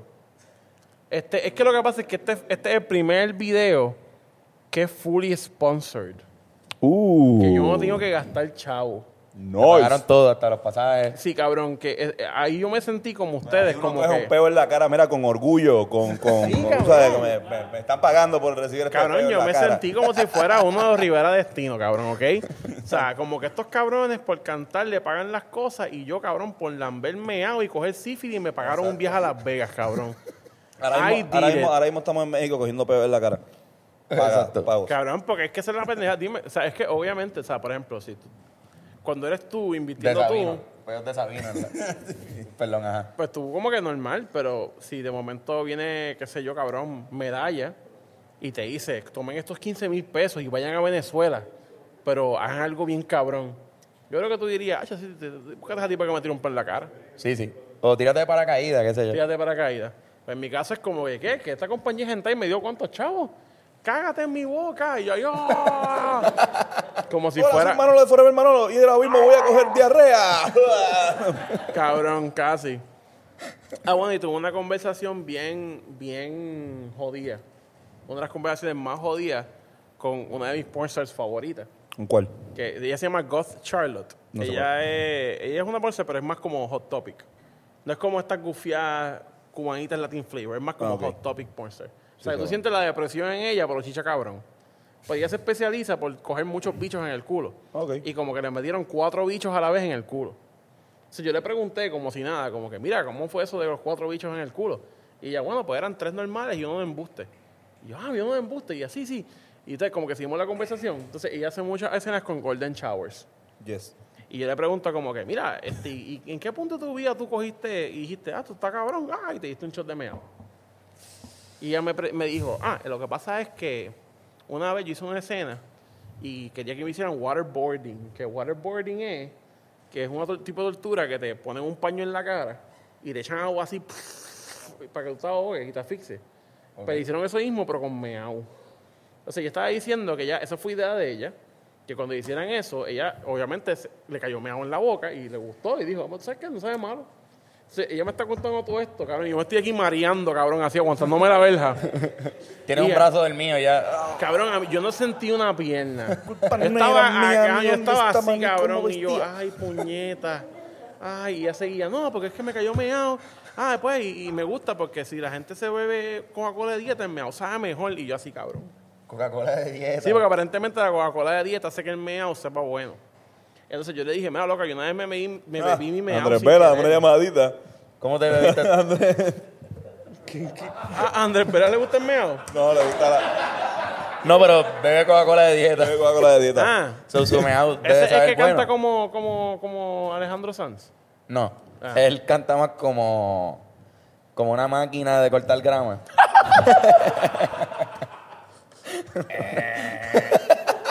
B: Este, es que lo que pasa es que este, este es el primer video que es fully sponsored.
C: Uh.
B: Que yo no tengo que gastar chavo.
A: Pagaron
C: Nice.
A: todo, hasta los pasajes.
B: Sí, cabrón, que eh, eh, ahí yo me sentí como ustedes,
C: Uno
B: como
C: coge
B: que...
C: un peo en la cara, mira, con orgullo, con... con, con-
B: cabrón.
C: ¿sabes? Que me, me- me están pagando por recibir este peo
B: Cabrón,
C: en
B: yo
C: la
B: me
C: cara.
B: sentí como si fuera uno de los Rivera Destino, cabrón, ¿ok? O sea, como que estos cabrones por cantar le pagan las cosas y yo, cabrón, por lamberme hago y coger sífilis me pagaron un viaje a Las Vegas, cabrón.
C: Ahora
B: I
C: mismo,
B: did
C: ahora,
B: it.
C: mismo, ahora mismo estamos en México cogiendo peo en la cara. Paga,
A: Exacto.
C: pagos.
B: Cabrón, porque es que esa es la pendeja. Dime, o sea, es que obviamente, o sea, por ejemplo, si tú- cuando eres tú
A: De
B: invirtiendo
A: Sabino.
B: tú,
A: Peor de Sabino. Pues, ¿verdad? Perdón, ajá.
B: pues tú como que normal, pero si de momento viene, qué sé yo, cabrón, medalla y te dice, tomen estos 15 mil pesos y vayan a Venezuela, pero hagan algo bien cabrón. Yo creo que tú dirías, ah, sí, te- te- búscate a esa tipa que me tiró un par en la cara.
A: Sí, sí. O tírate de paracaídas, qué sé yo.
B: Fíjate para caída. Pues en mi caso es como que, ¿qué? Que esta compañía gente y me dio cuántos chavos. Cágate en mi boca. Y yo, yo. como si
C: Hola, soy
B: fuera.
C: Manolo de Forever Manolo y ahora mismo voy a coger diarrea.
B: Cabrón, casi. Ah, bueno, y tuve una conversación bien, bien jodida. Una de las conversaciones más jodidas con una de mis pornstars favoritas.
C: ¿Con cuál?
B: Que ella se llama Goth Charlotte.
C: No sé
B: ella, es, ella es una pornstar, pero es más como Hot Topic. No es como estas gufiadas cubanitas Latin Flavor. Es más como
C: Ah, ok.
B: Hot Topic pornstar. O sea, tú sientes la depresión en ella, pero chicha cabrón. Pues ella se especializa por coger muchos bichos en el culo.
C: Ah, Ok.
B: Y como que le metieron cuatro bichos a la vez en el culo. Si yo le pregunté como si nada, como que, mira, ¿cómo fue eso de los cuatro bichos en el culo? Y ella, bueno, pues eran tres normales y uno de embuste. Y yo, ah, había uno de embuste. Y así, sí. Y entonces, como que seguimos la conversación. Entonces, ella hace muchas escenas con Golden Showers.
C: Yes.
B: Y yo le pregunto como que, mira, este, ¿y en qué punto de tu vida tú cogiste y dijiste, ah, tú estás cabrón, ah, y te diste un shot de meao? Y ella me, pre- me dijo, ah, lo que pasa es que una vez yo hice una escena y quería que me hicieran waterboarding, que waterboarding es, que es un tipo de tortura que te ponen un paño en la cara y te echan agua así para que tú te ahogues y te asfixies. Pero hicieron eso mismo, pero con meao. O sea, yo estaba diciendo que ya, esa fue idea de ella, que cuando hicieran eso, ella obviamente se- le cayó meado en la boca y le gustó y dijo, "Vamos, ¿sabes qué? No sabe malo. Entonces, ella me está contando todo esto, cabrón, y yo me estoy aquí mareando, cabrón, así, aguantándome la verja.
A: Tiene un
B: Mira.
A: brazo del mío ya.
B: Cabrón, a mí- yo no sentí una pierna.
C: Culpa
B: Yo
C: no
B: estaba
C: era mía,
B: acá,
C: ni
B: yo
C: dónde
B: estaba
C: estaba,
B: así,
C: ni cómo
B: cabrón, y yo,
C: vestía.
B: ay, puñeta. Ay, y ella seguía, no, porque es que me cayó meado. Ah, después, y, y me gusta porque si la gente se bebe Coca-Cola de dieta, el meao sabe mejor, y yo así, cabrón.
A: Coca-Cola de dieta.
B: Sí, porque aparentemente la Coca-Cola de dieta hace que el meao sepa bueno. Entonces yo le dije, mira, loca, yo una vez me, bebí- me bebí mi meao.
C: Ah, Andrés
B: sin
C: Vela,
B: querer".
C: dame una llamadita.
A: ¿Cómo te bebiste?
C: Andrés.
B: A Ah, Andrés Pérez le gusta el meado.
C: No, le gusta la,
A: No, pero bebe Coca-Cola de dieta.
C: bebe Coca-Cola de dieta.
B: Ah,
A: So, su meao debe
B: ese es
A: saber
B: el que canta
A: bueno.
B: como, como, como Alejandro Sanz.
A: No,
B: Ah.
A: él canta más como, como una máquina de cortar grama.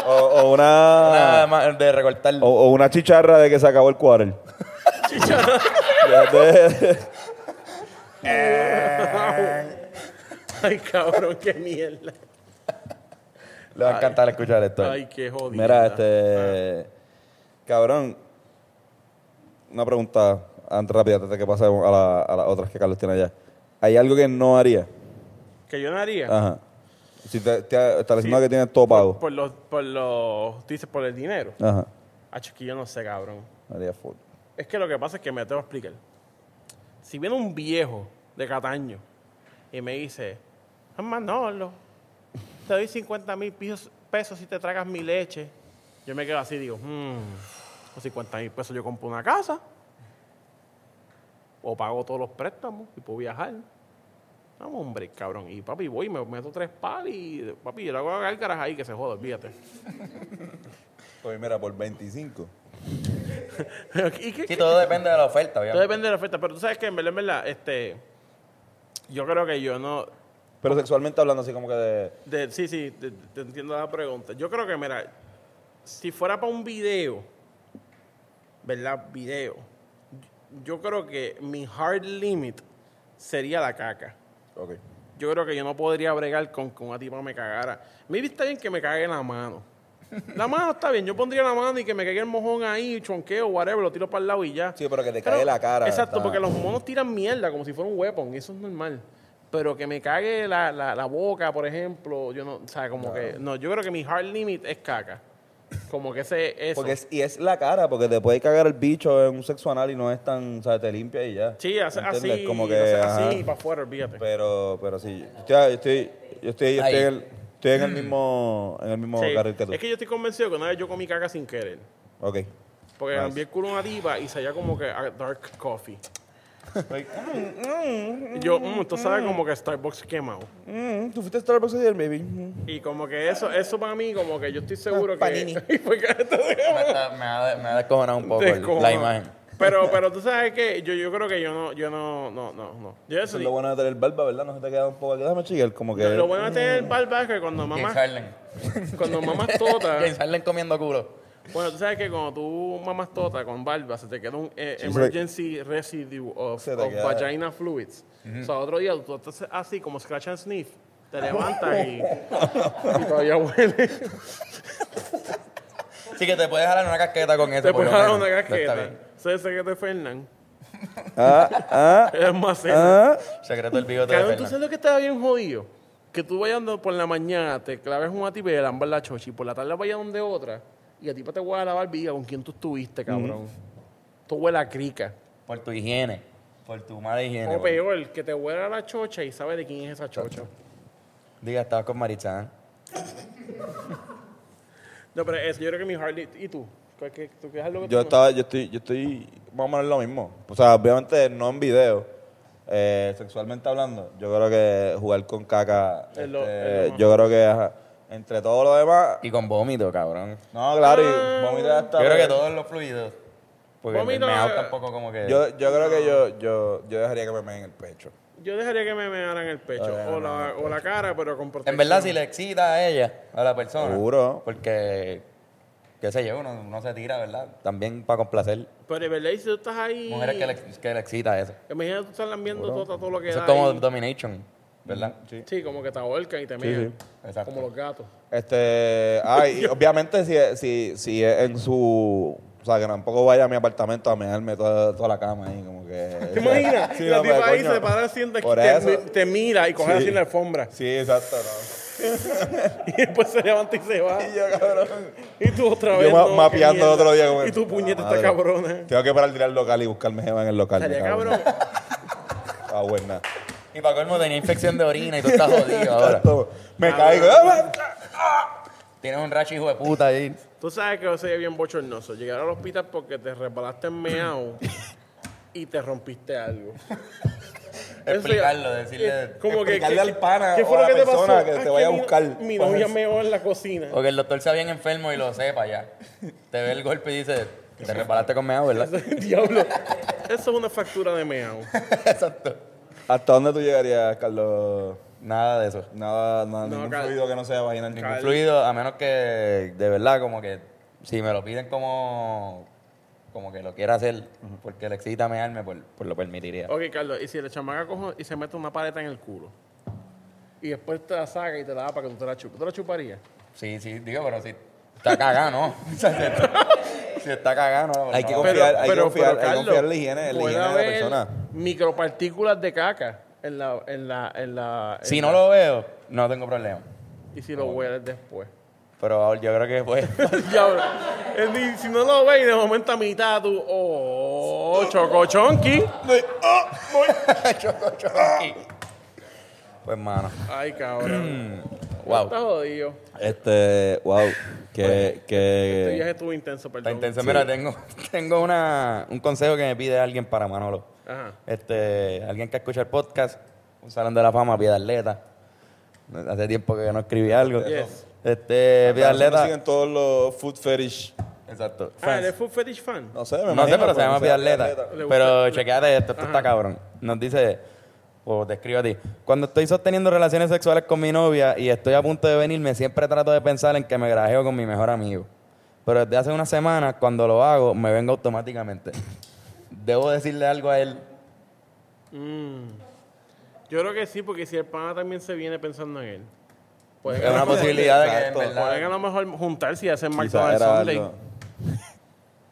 C: O, o
A: Nada
B: Ah.
C: una,
A: más de recortar.
C: o, o una chicharra de que se acabó el quarter. Chicharra.
B: Ay, cabrón, qué mierda.
A: Le va a encantar escuchar esto.
B: Ay, qué jodido.
C: Mira, este. Cabrón. Una pregunta an- rápida antes de que pasemos a, la- a las otras que Carlos tiene allá. ¿Hay algo que no haría?
B: Que yo no haría.
C: Ajá. Si te, te estableciendo
B: Sí.
C: que tienes todo pago.
B: Por los, por los, dices, por el dinero.
C: Ajá.
B: Acho, que yo no sé, cabrón.
C: Haría full.
B: Es que lo que pasa es que me tengo que explicar. Si viene un viejo de Cataño y me dice, "Ah, Manolo, te doy 50 mil pesos si te tragas mi leche, yo me quedo así y digo, hmm, con 50 mil pesos yo compro una casa, o pago todos los préstamos y puedo viajar. No, hombre, cabrón. Y papi, voy, me meto tres palos y papi, yo le hago gárgaras ahí que se joda, olvídate.
C: Pues mira, por 25.
B: ¿Y qué-
A: Sí, todo depende de la oferta,
B: Todo
A: obviamente.
B: depende de la oferta, pero tú sabes que en verdad, en verdad, este, yo creo que yo no,
C: Pero sexualmente hablando así como que de.
B: de- sí, sí, te, te entiendo la pregunta. Yo creo que, mira, si fuera para un video, ¿verdad? Video, yo creo que mi hard limit sería la caca.
C: Ok.
B: Yo creo que yo no podría bregar con que una tipa me cagara. Me está bien que me cague la mano. La mano está bien, yo pondría la mano y que me caiga el mojón ahí, chonqueo, whatever, lo tiro para el lado y ya.
C: Sí, pero que te
B: Pero-
C: cae la cara.
B: Exacto,
C: está-
B: porque los monos tiran mierda como si fuera un weapon, y eso es normal. Pero que me cague la, la, la boca, por ejemplo, yo no, o sea, como que, no, yo creo que mi hard limit es caca. Como que ese eso.
C: Porque es, y es la cara, porque te puede cagar el bicho en un sexo anal y no es tan. O sea, te limpia y ya.
B: sí, hace
C: ¿Entiendes?
B: así,
C: Como que.
B: hace
C: ajá.
B: así, para afuera, olvídate.
C: Pero, pero sí, yo estoy, yo estoy, yo estoy, yo estoy en el, estoy en el mismo, en el mismo
B: Sí.
C: carril que tú.
B: Es que yo estoy convencido que una vez yo comí caca sin querer.
C: Ok.
B: Porque
C: Nice.
B: cambié el culo a una diva y salía como que a dark coffee. Y yo, mmm, esto sabe como que Starbucks quemado.
C: tú fuiste a Starbucks ayer, baby.
B: Y como que eso, eso para mí, como que yo estoy seguro que.
A: panini.
B: Y fue que esto
A: Me, está- me ha, me ha descojonado un poco
B: Te
A: el-
B: como.
A: Oh, la imagen.
B: Pero, pero tú sabes que yo, yo creo que yo no, yo no, no, no, no. Yo eso
C: Eso es
B: sí.
C: lo bueno de tener barba, ¿verdad? No se te queda un poco aquí. Déjame chillar, como que...
B: Lo bueno de tener barba es que cuando
A: James
B: mamas,
A: Harlan.
B: cuando mamas tota,
A: James Harlan comiendo culo.
B: bueno, tú sabes que cuando tú mamas tota con barba, se te queda un eh,
C: Sí, se te-
B: emergency residue of,
C: Se te
B: of
C: queda.
B: vagina fluids. O sea, otro día tú estás así como scratch and sniff, te levantas y, y todavía huele.
A: Sí, que te puedes jalar una casqueta con eso.
B: te
A: por
B: puedes
A: lo
B: dar
A: menos.
B: una
A: Pero está
B: casqueta.
A: bien.
B: Ese es el de Fernán.
C: Ah, ah,
B: Es más
C: ah.
A: Secreto del bigote de
B: Cabrón, ¿tú
A: Fernan.
B: sabes lo que estaba bien jodido? Que tú vayas donde- por la mañana, te claves una tipa y le lambas la chochi, por la tarde vayas donde otra, y a ti te voy a lavar vida con quien tú estuviste, cabrón. Tú huele a crica.
A: Por tu higiene. Por tu mala higiene.
B: O
A: güey.
B: peor, que te huela la chocha y sabes de quién es esa chocha.
A: Diga, estabas con Marichán.
B: No, pero eso, yo creo que mi Harley. ¿Y tú? ¿Cuál que- ¿Tú qué es algo que tú
C: Yo
B: no-
C: estaba, yo estoy, yo estoy, más o menos lo mismo. O sea, obviamente no en video, eh, sexualmente hablando. Yo creo que jugar con caca,
B: Es lo-
C: este,
B: es lo más-
C: yo creo que ajá, entre todo lo demás...
A: Y con vómito, cabrón.
C: No, claro,
B: Ah.
C: y vomitar hasta...
A: Yo creo que todos los fluidos. Porque el
B: Vómito,
A: meao
B: eh.
A: tampoco como que...
C: Yo, yo creo que yo, yo, yo dejaría que me meen el pecho.
B: Yo dejaría que me mearan el pecho
C: Ah,
B: o, la, o la cara, pero con protección.
A: En verdad, si le excita a ella, a la persona.
C: Seguro.
A: Porque, qué sé yo, uno, uno se tira, ¿verdad? También para complacer
B: Pero en verdad, y si tú estás ahí.
A: mujeres que le, que le excita eso.
B: Imagínate tú estás lambiendo tota, todo lo que
A: Eso
B: da
A: es como
B: ahí.
A: domination, ¿verdad?
C: Sí.
B: Sí, como que te ahorcan y te
C: Sí,
B: mean.
C: sí.
A: Exacto.
B: Como los gatos.
C: Este, ay, y obviamente si, si, si es en su, o sea, que tampoco vaya a mi apartamento a mearme toda, toda la cama ahí, como que.
B: ¿Te imaginas?
C: Sí,
B: la
C: no,
B: tipa
C: pero,
B: ahí
C: coño,
B: se para haciendo
C: por
B: te,
C: eso.
B: te mira y coge
C: Sí.
B: así en la alfombra.
C: Sí, exacto. no.
B: Y después se levanta y se va.
C: Y yo, cabrón.
B: Y tú otra
C: Yo
B: vez.
C: ma-
B: no,
C: mapeando
B: qué mierda.
C: otro día como
B: Y
C: que, "Ah,
B: tu puñeta
C: madre.
B: está cabrona.
C: Tengo que parar de ir al local y buscarme jeva en el local.
B: Estaría
C: me cago en-
B: cabrón.
C: Ah, buena.
A: Y para colmo tenía infección de orina y tú estás jodido ahora.
C: Exacto. Me caigo. ¡Ah!
A: Tienes un racho hijo de puta ahí.
B: Tú sabes que yo soy bien bochornoso. Llegar al hospital porque te resbalaste en meao y te rompiste algo.
A: Explicarlo, decirle-
B: como que,
C: explicarle
B: que-
C: al pana
B: ¿qué
C: o
B: fue
C: a
B: lo
C: la
B: que te
C: persona
B: pasó?
C: que te
B: Ah,
C: vaya a
B: mi-
C: buscar.
B: Mi
C: Pues
B: novia
C: es-
B: meó en la cocina.
A: Porque el doctor sea bien enfermo y lo sepa ya. Te ve el golpe y dice, te reparaste con meado, ¿verdad?
B: Diablo. Eso es una factura de meao.
A: Exacto.
C: ¿Hasta dónde tú llegarías, Carlos?
A: Nada de eso.
C: Nada, nada ningún
B: Cal-
C: fluido que no sea vaginal.
A: Ningún
B: Cal-
A: fluido, a menos que, de verdad, como que, si me lo piden como, como que lo quiera hacer, porque le excita mearme, pues, pues lo permitiría.
C: Oh.
B: Ok, Carlos, y si la chamaca coge y se mete una paleta en el culo y después te la saca y te la da para que tú te la chupes, ¿tú la chuparías?
A: Sí, sí, digo, pero si está cagado, ¿no? O sea, si está- si está cagado, no.
C: Hay que
A: no.
C: confiar, hay que confiar, hay que confiar en la higiene, en la
B: puede
C: higiene de la
B: haber
C: persona.
B: Micropartículas de caca en la. En la, en la en
A: Si
B: la-
A: no lo veo, no tengo problema.
B: Y si lo hueles después.
A: Pero ahora yo creo que fue...
B: Diablo. Es decir, si no lo ves y de momento a mitad tú. ¡Oh! ¡Chocochonqui!
A: Pues, mano,
B: Ay, cabrón.
A: wow.
B: Está jodido.
C: Este, wow, que,
B: Este viaje
C: que
B: estuvo intenso, perdón.
A: Está intenso. Mira, tengo, tengo una, un consejo que me pide alguien para Manolo.
B: Ajá.
A: Este, alguien que escucha el podcast, un salón de la fama, Piedad Atleta. Hace tiempo que no escribí algo.
B: Yes.
A: Este, Piedad
C: me
A: Atleta.
C: siguen todos los food fetish.
A: Exacto.
B: Ah, ¿eres food fetish fan?
C: No sé, me
A: No sé,
C: imagino,
A: pero se
C: pues,
A: llama
C: o sea,
A: Piedad Atleta.
B: Le gusta-
A: Pero
B: le-
A: chequeate esto, esto está cabrón. Nos dice, o te escribo a ti. Cuando estoy sosteniendo relaciones sexuales con mi novia y estoy a punto de venirme, siempre trato de pensar en que me grajeo con mi mejor amigo. Pero desde hace una semana, cuando lo hago, me vengo automáticamente. Debo decirle algo a él.
B: Yo creo que sí, porque si el pana también se viene pensando en él. Puede que,
A: Es una posibilidad de que, en
C: Exacto.
B: puede que a
A: verdad,
B: lo mejor juntarse y hacer
C: Quizá
B: McDonald's
C: era
B: Sunday.
C: algo.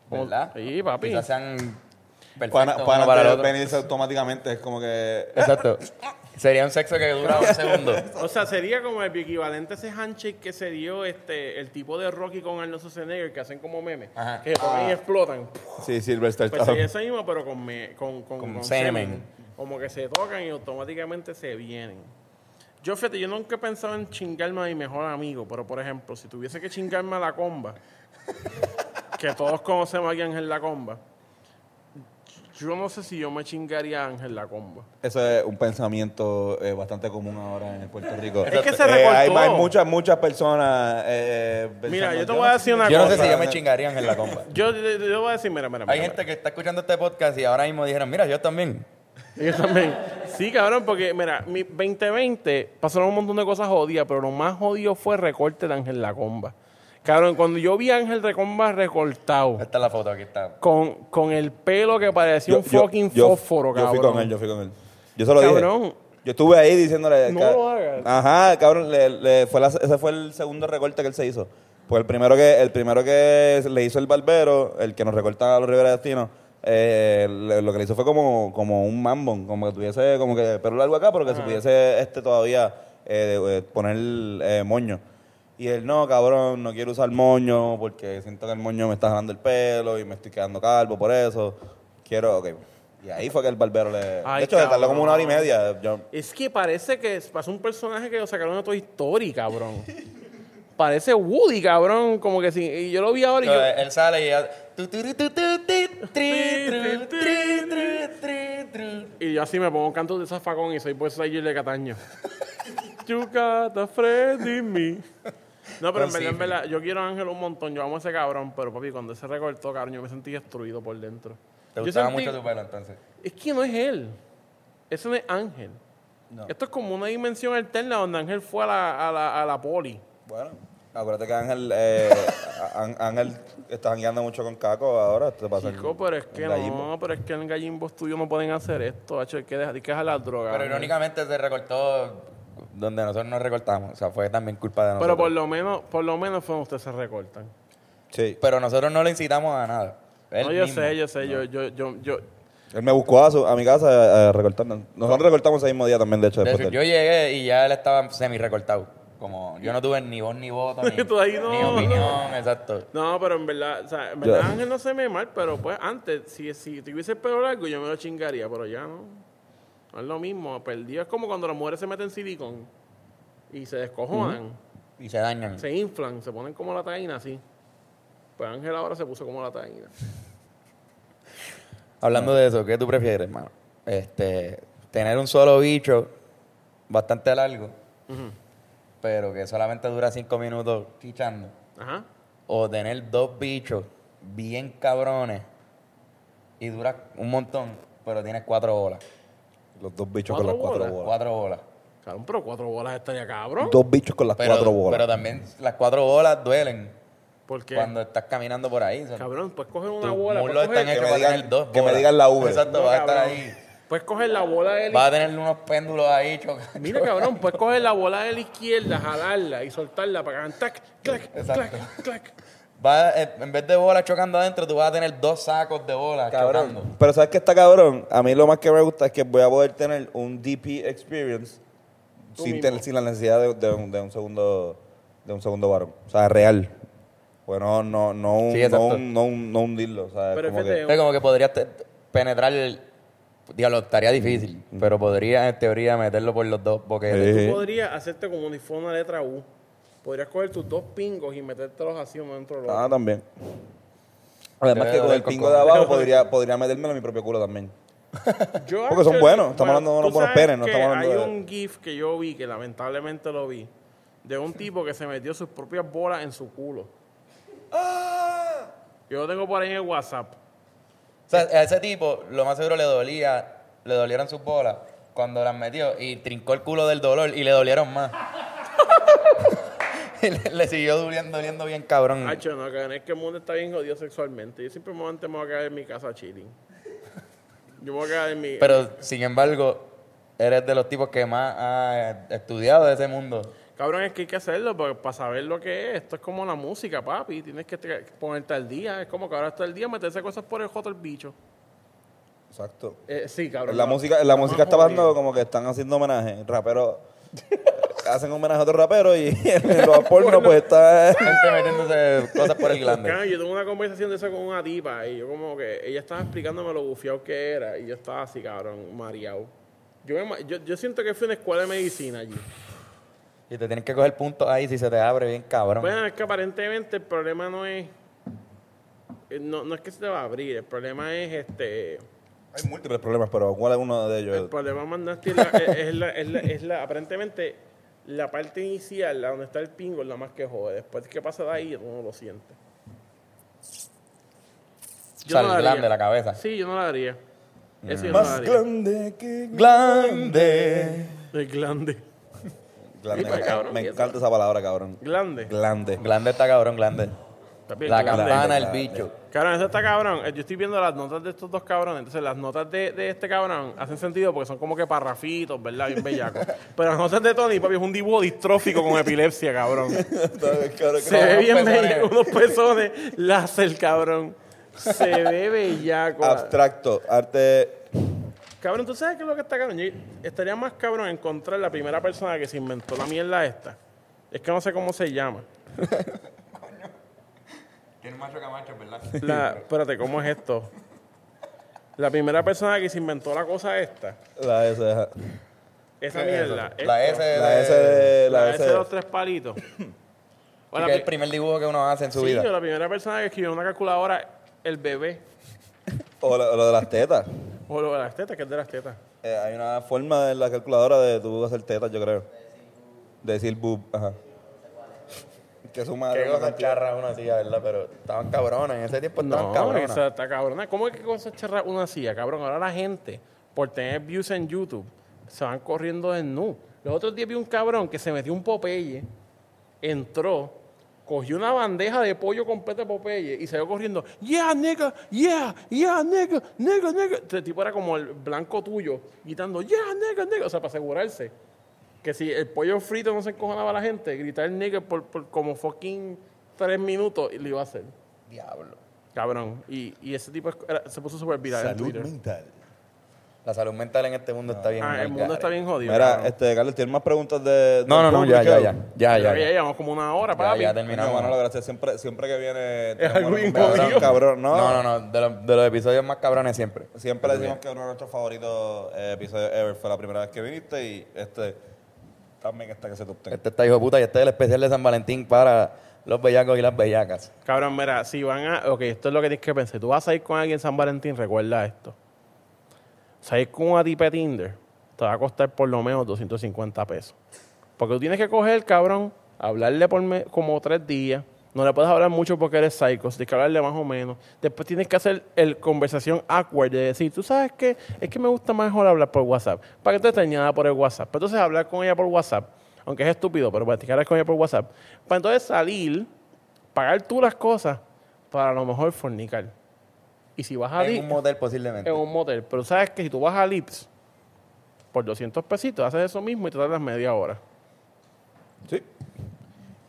A: ¿verdad?
B: Sí, papi.
A: Quizás sean
C: Para,
A: perfectos
C: para,
A: uno para el otro.
C: venirse automáticamente, es como que...
A: Exacto. Sería un sexo que dura un segundo.
B: O sea, sería como el equivalente a ese handshake que se dio este, el tipo de Rocky con Arnold Schwarzenegger que hacen como memes.
A: Ajá.
B: Que se ponen y explotan.
C: Sí, Silvestre
B: Pues sería esa misma, pero con, me- con, con,
A: Con
B: con
A: semen.
B: Como que se tocan y automáticamente se vienen. Yo, fíjate, yo nunca he pensado en chingarme a mi mejor amigo, pero por ejemplo, si tuviese que chingarme a la comba, que todos conocemos a Ángel la comba, yo no sé si yo me chingaría a Ángel la comba.
C: Eso es un pensamiento eh, bastante común ahora en Puerto Rico.
B: Es que se
C: Eh,
B: recortó.
C: hay, hay muchas, muchas personas eh, pensando,
B: Mira, yo te voy a decir una
A: Yo no
B: cosa.
A: sé si yo me chingaría en la compa.
B: Yo, yo, yo voy a decir, mira, mira, mira.
A: Hay gente que está escuchando este podcast y ahora mismo dijeron, mira, yo también.
B: Yo también. Sí, cabrón, porque mira, mi 2020 pasaron un montón de cosas jodidas, pero lo más jodido fue el recorte de Ángel Lacomba. Cabrón, cuando yo vi a Ángel Lacomba recortado,
A: Esta es la foto, aquí está.
B: con, con el pelo que parecía un fucking
C: yo-
B: fósforo, cabrón.
C: Yo fui con él, yo fui con él. Yo se lo
B: Cabrón.
C: dije. Yo estuve ahí diciéndole...
B: No
C: ca-
B: lo hagas.
C: Ajá, cabrón, le- le- fue la- ese fue el segundo recorte que él se hizo. Pues el primero que el primero que le hizo el barbero, el que nos recorta a los Rivera Destino, eh, le- lo que le hizo fue como, como un mambón, como que tuviese como que pelo largo acá, pero que se pudiese este todavía eh, eh, poner eh, moño. Y él, no, cabrón, no quiero usar moño porque siento que el moño me está jalando el pelo y me estoy quedando calvo por eso. Quiero, ok. Y ahí fue que el barbero le...
B: Ay,
C: de hecho, le tardó como una hora y
B: cabrón.
C: media. Yo,
B: Es que parece que es- pasó un personaje que lo sacaron de Toy Story, cabrón. Parece Woody, cabrón. Como que sí. Y yo lo vi ahora y yo.
A: Entonces, él sale y ya... tu, tu, ru, tu, tu, ti, tri, tru, tri, tru, tri, tru.
B: Y yo así me pongo un canto de zafacón y soy pues Sayler de Cataño. you got a friend in me. No,
A: Pues
B: pero en verdad, en verdad, yo quiero a Ángel un montón. Yo amo a ese cabrón, pero papi, cuando él se recortó, cabrón, yo me sentí destruido por dentro.
A: Te
B: Yo
A: gustaba
B: sentí-
A: mucho tu pelo, entonces.
B: Es que no es él. Eso no es Ángel. Esto es como una dimensión alterna donde Ángel fue a la, a la, a la poli.
C: Bueno, acuérdate que Ángel, eh, a- Á- Ángel está jangueando mucho con Caco ahora. Te pasa
B: Chico,
C: el-
B: pero es que
C: el
B: no,
C: gallismo.
B: pero es que en gallimbos tuyos no pueden hacer esto, hacho, hay que dejar, hay que dejar las drogas.
A: Pero
B: Ángel.
A: irónicamente se recortó donde nosotros nos recortamos. O sea, fue también culpa de nosotros.
B: Pero por lo menos, por lo menos fue donde ustedes se recortan.
C: Sí.
A: Pero nosotros no le incitamos a nada. Él
B: no, yo
A: mismo.
B: sé, yo sé, yo, yo, yo, yo.
C: Él me buscó a, su- a mi casa a, recortarnos. Nosotros recortamos ese mismo día también, de hecho,
A: De
C: después
A: hecho,
C: de
A: yo llegué y ya él estaba semi recortado. Como yo no tuve ni voz ni voto, ni,
B: Tú ahí no.
A: ni opinión, exacto.
B: No, pero en verdad, o sea, en verdad
C: Ya.
B: Ángel no se me mal, pero pues antes, si, si tuviese el pelo largo, yo me lo chingaría, pero ya no. No es lo mismo, perdido. Es como cuando las mujeres se meten silicón y se descojonan,
A: Y se dañan.
B: se inflan, se ponen como la taína así. Pues Ángel ahora se puso como la taína.
A: Hablando de eso, ¿qué tú prefieres, hermano? Este, tener un solo bicho bastante largo, pero que solamente dura cinco minutos chichando,
B: Ajá.
A: o tener dos bichos bien cabrones y dura un montón, pero tienes cuatro bolas.
C: Los dos bichos
B: ¿Cuatro
C: con las cuatro
B: bolas?
C: bolas.
A: Cuatro bolas.
B: Cabrón, pero cuatro bolas estaría cabrón.
C: Dos bichos con las
A: Pero,
C: cuatro bolas.
A: pero también las cuatro bolas duelen
B: ¿Por qué?
A: cuando estás caminando por ahí. o sea,
B: Cabrón, puedes coger una
A: tu
B: bola.
A: muslo
B: Puedes
A: está en
B: coger,
A: el va
C: Que me
A: a tener
C: digan-
A: dos
C: que me
A: bolas.
C: digan la V.
A: Exacto,
B: No,
A: va a estar
B: cabrón.
A: ahí.
B: Puedes coger la bola de
A: Va
B: la
A: a tener unos péndulos ahí chocando.
B: Mira, cabrón, puedes coger la bola de la izquierda, jalarla y soltarla para que hagan tac, clac,
A: Exacto.
B: clac, clac.
A: Va, eh, en vez de bolas chocando adentro, tú vas a tener dos sacos de bolas chocando.
C: Pero ¿sabes qué está cabrón? A mí lo más que me gusta es que voy a poder tener un DP experience
B: Tú
C: sin,
B: mismo.
C: tener- sin la necesidad de, de un, de un segundo de un segundo varón. O sea, real. Bueno, no, no, un-
A: Sí,
C: no,
A: exacto.
C: un- no, un- no hundirlo. O sea,
B: Pero
C: como
B: fíjate,
C: que-
A: Es como que podrías te- penetrar el... Diablo, estaría difícil, pero podrías en teoría meterlo por los dos boquetes.
C: Sí.
B: Tú podrías hacerte como un iPhone una letra U. Podrías coger tus dos pingos y metértelos así uno dentro del
C: Ah,
B: otro.
C: también. Además
A: Yo veo
C: que Eh, con
A: del
C: el pingo de
A: cocón.
C: abajo podría, podría metérmelo a mi propio culo también.
B: Yo
C: Ah, Porque son
B: actually-
C: buenos, estamos hablando de unos
B: tú
C: buenos
B: sabes
C: penes, no
B: que
C: estamos hablando
B: Hay
C: de-
B: un GIF que yo vi, que lamentablemente lo vi, de un tipo que se metió sus propias bolas en su culo.
C: ¡Ah!
B: Yo lo tengo por ahí en el WhatsApp.
A: O sea, a ese tipo lo más seguro le dolía, le dolieron sus bolas cuando las metió y trincó el culo del dolor y le dolieron más. Y le, le siguió doliendo, doliendo bien cabrón.
B: Hacho, no, cabrón, es que el mundo está bien jodido sexualmente. Yo siempre me voy a- me voy a quedar en mi casa chilling. Yo me voy a quedar en mi...
A: Pero, sin embargo, eres de los tipos que más ha estudiado de ese mundo.
B: Cabrón, es que hay que hacerlo porque para saber lo que es. Esto es como la música, papi. Tienes que te- ponerte al día. Es como que ahora está al día meterse cosas por el joto el bicho.
C: Exacto.
B: Eh, sí, cabrón.
C: En la
B: no.
C: música, en la
B: Más
C: música está pasando
B: jodido.
C: como que están haciendo homenaje. Raperos hacen homenaje a otros raperos y en los porno pues está...
A: Gente metiéndose cosas por el glande.
B: Cabrón, yo tuve una conversación de eso con una tipa y yo como que ella estaba explicándome lo bufiado que era y yo estaba así, cabrón, mareado. Yo, me ma- yo, yo siento que fui a una escuela de medicina allí.
A: Y te tienes que coger puntos ahí si se te abre bien cabrón.
B: Bueno, es que aparentemente el problema no es... eh, No, no es que se te va a abrir, el problema es este...
C: Hay múltiples problemas, pero ¿cuál es uno de
B: El
C: ellos?
B: problema más nasty es la, es, es la, es la- es la- aparentemente, la parte inicial, la donde está el pingo, es la más que jode. Después que pasa de ahí, uno lo siente.
A: O sea,
B: no
A: el
B: la haría.
A: glande, la cabeza.
B: Sí, yo no la haría. Eso yo
C: Más
B: no la haría.
C: grande que...
A: Glande.
B: El glande.
C: Glande,
B: Ay, pues, cabrón,
C: me
B: y eso.
C: encanta esa palabra, cabrón.
B: Glande.
C: Glande.
A: Glande está cabrón, glande.
B: También
A: La
B: glande.
A: campana, el
C: Glande.
A: bicho.
B: Cabrón, eso está cabrón. Eh, Yo estoy viendo las notas de estos dos cabrones. Entonces, las notas de, de este cabrón hacen sentido porque son como que parrafitos, ¿verdad? Bien bellacos. Pero las notas de Tony, papi, es un dibujo distrófico con epilepsia, cabrón. Se ve
A: unos
B: bien
A: pezones.
B: bello, unos pezones láser, cabrón. Se ve bellaco.
C: Abstracto, arte...
B: Cabrón, ¿tú sabes qué es lo que está cabrón? Yo estaría más cabrón encontrar la primera persona que se inventó la mierda esta. Es que no sé cómo se llama.
A: Tiene macho camacho, ¿verdad?
B: La, espérate, ¿cómo es esto? La primera persona que se inventó la cosa esta.
C: La S, ajá.
B: Esa mierda. esto,
A: La S de...
C: La S de...
B: la
C: Eh, La
B: S
C: S
B: de los tres palitos. O la
A: que es el
B: pri-
A: primer dibujo que uno hace en su
B: sí,
A: vida.
B: o la primera persona que escribió en una calculadora, el bebé.
C: O la- o lo de las tetas.
B: O lo de las tetas, que es de las tetas.
C: Eh, hay una forma en la calculadora de tú hacer tetas, yo creo. De decir boob, ajá. Que suma
A: Qué
C: una
A: cosas
C: cantidad.
A: charras uno hacía, ¿verdad? Pero estaban cabronas. En ese tiempo estaban
B: pues No,
A: cabronas.
B: esa está cabrona. ¿Cómo es que cosas charras uno hacía, cabrón? Ahora la gente, por tener views en YouTube, se van corriendo en nu. Los otros días vi un cabrón que se metió un Popeye, entró, cogió una bandeja de pollo completa de Popeye y salió corriendo. Yeah, nigga, yeah, yeah, nigga, nigga, nigga. Este tipo era como el blanco tuyo, gritando, yeah, nigga, nigga. O sea, para asegurarse que si el pollo frito no se encojonaba a la gente, gritar nigga por, por como fucking tres minutos y lo iba a hacer.
A: Diablo.
B: Cabrón. Y, y ese tipo es- era- se puso súper viral en Twitter.
C: mental.
A: La salud mental en este mundo está bien.
B: Ah, el
A: mal,
B: mundo está
A: cara.
B: bien jodido.
C: Mira,
B: cabrón.
C: este, Carlos, ¿tienes más preguntas de.?
A: No, no,
C: del
A: no, ya,
C: público?
A: ya, ya. Ya,
B: Pero
A: ya,
B: ya
A: ya.
B: llevamos como una hora,
A: Ya,
B: papi.
A: ya
C: No,
A: terminamos.
C: Manolo, gracias. Siempre, siempre que viene. tenemos
B: algo
C: una
B: bien
C: conversación,
B: jodido.
C: cabrón, ¿no?
A: No, no, no. De los, de los episodios más cabrones siempre.
C: Siempre le decimos que uno de nuestros favoritos eh, episodios ever fue la primera vez que viniste y este también está que se top ten.
A: Este está hijo de puta y este es el especial de San Valentín para los bellacos y las bellacas.
B: Cabrón, mira, si van a. Ok, esto es lo que tienes que pensar. Tú vas a ir con alguien en San Valentín, recuerda esto. O sea, ir con una tipa de Tinder te va a costar por lo menos 250 pesos. Porque tú tienes que coger, cabrón, hablarle por me- como tres días. No le puedes hablar mucho porque eres psycho. Tienes que hablarle más o menos. Después tienes que hacer el conversación awkward de decir, tú sabes que es que me gusta mejor hablar por WhatsApp. Para que te extrañada por el WhatsApp. Pero entonces hablar con ella por WhatsApp, aunque es estúpido, pero practicar con ella por WhatsApp. Para entonces salir, pagar tú las cosas, para a lo mejor fornicar. Y si vas a
A: En
B: Li-
A: un motel posiblemente.
B: en un motel. Pero sabes que si tú vas a Lips por 200 pesitos, haces eso mismo y te tardas media hora.
C: Sí.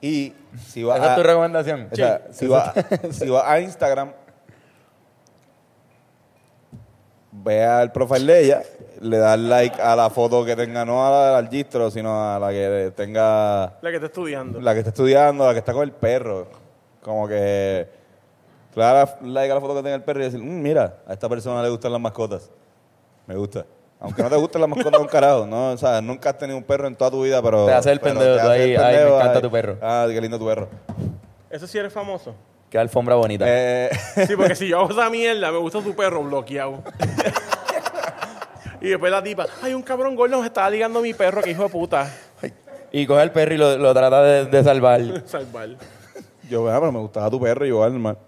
C: Y si vas
A: Esa es tu
C: a,
A: recomendación.
C: o sea, si vas- si vas a Instagram, ve al profile de ella, le das like a la foto que tenga, no a la del registro, sino a la que tenga
B: La que está estudiando.
C: la que está estudiando, la que está con el perro. Como que tú le das like a la foto que tenga el perro y decir, "Mm, mira, a esta persona le gustan las mascotas. Me gusta. Aunque no te gusten las mascotas un carajo, ¿no? O sea, nunca has tenido un perro en toda tu vida, pero...
A: Te hace el
C: pero
A: pendejo,
C: te
A: tú
C: hace
A: ahí,
C: el
A: "Ay, me
C: pendejo,
A: encanta tu perro".
C: Ah, qué lindo tu perro.
B: Eso sí eres famoso.
A: Qué alfombra bonita.
C: Eh,
B: Sí, porque si yo hago esa mierda, me gusta tu perro bloqueado. y después la tipa, ay, un cabrón gordo nos estaba ligando a mi perro, que hijo de puta.
A: Y coge al perro y lo, lo trata de, de salvar.
B: Salvar.
C: yo, ah, pero me gustaba tu perro y yo, hermano.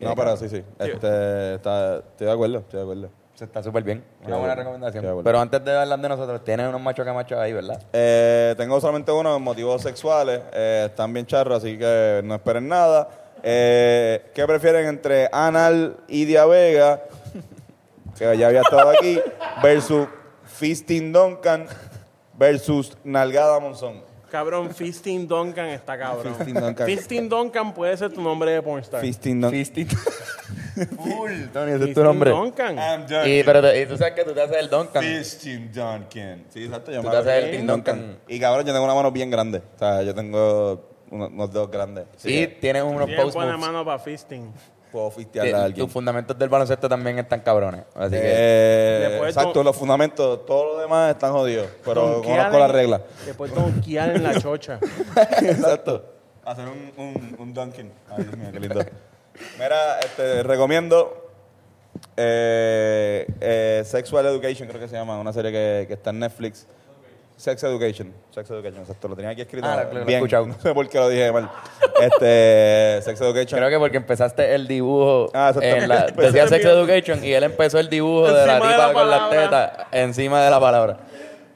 C: No, pero sí, sí. Este, está- estoy de acuerdo, estoy de acuerdo.
A: Se está súper bien. Una
C: Qué
A: buena
C: bueno.
A: recomendación.
C: Qué bueno.
A: Pero antes de hablar de nosotros, tienes unos machos que machos ahí, ¿verdad?
C: Eh, tengo solamente uno, motivos sexuales. Eh, están bien charros, así que no esperen nada. Eh, ¿Qué prefieren entre Anal y Diavega, que ya había estado aquí, versus Fisting Duncan versus Nalgada Monzón?
B: Cabrón, Fisting Duncan está cabrón.
C: Fisting Duncan.
B: Fisting Duncan puede ser tu nombre de pornstar.
C: Fisting Duncan.
A: Fisting. Full. Tony, ese es tu
B: Fisting
A: nombre. Ah,
B: Duncan.
A: Y,
E: I'm Duncan.
A: pero te- y tú sabes que tú te haces el Duncan.
E: Fisting Duncan.
C: Sí, exacto, yo
A: Tú
C: me
A: te
C: hago
A: haces el
C: Fisting
A: Tim Duncan.
C: Y cabrón, yo tengo una mano bien grande. O sea, yo tengo uno- unos dedos grandes.
A: Y tienes unos
B: Tienes
A: post
B: buena
A: moves.
B: mano para Fisting.
C: Puedo
A: Te-
C: fistearle a alguien.
A: Tus fundamentos del baloncesto también están cabrones. Así que.
C: Eh,
B: Después
C: exacto,
B: don-
C: los fundamentos, todo lo demás están jodidos. Pero
B: Donkear
C: conozco la
B: en-
C: regla.
B: Después donkear en la chocha.
C: Exacto. Hacer un, un, un Dunkin'. Ay, Dios mío, qué lindo. Mira, este, recomiendo eh, eh, Sexual Education, creo que se llama, una serie que, que está en Netflix. Sex Education. Sex Education, exacto. Lo tenía aquí escrito.
A: Ah, lo- lo he
C: bien.
A: escuchado.
C: No sé por qué lo dije mal. Este, Sex Education.
A: Creo que porque empezaste el dibujo.
C: Ah, exactamente.
A: en la-
C: Empecé
A: decía Sex
B: bien.
A: Education y él empezó el dibujo de la
B: Encima de
A: tipa
B: la
A: con las
B: palabra.
A: tetas encima de la palabra.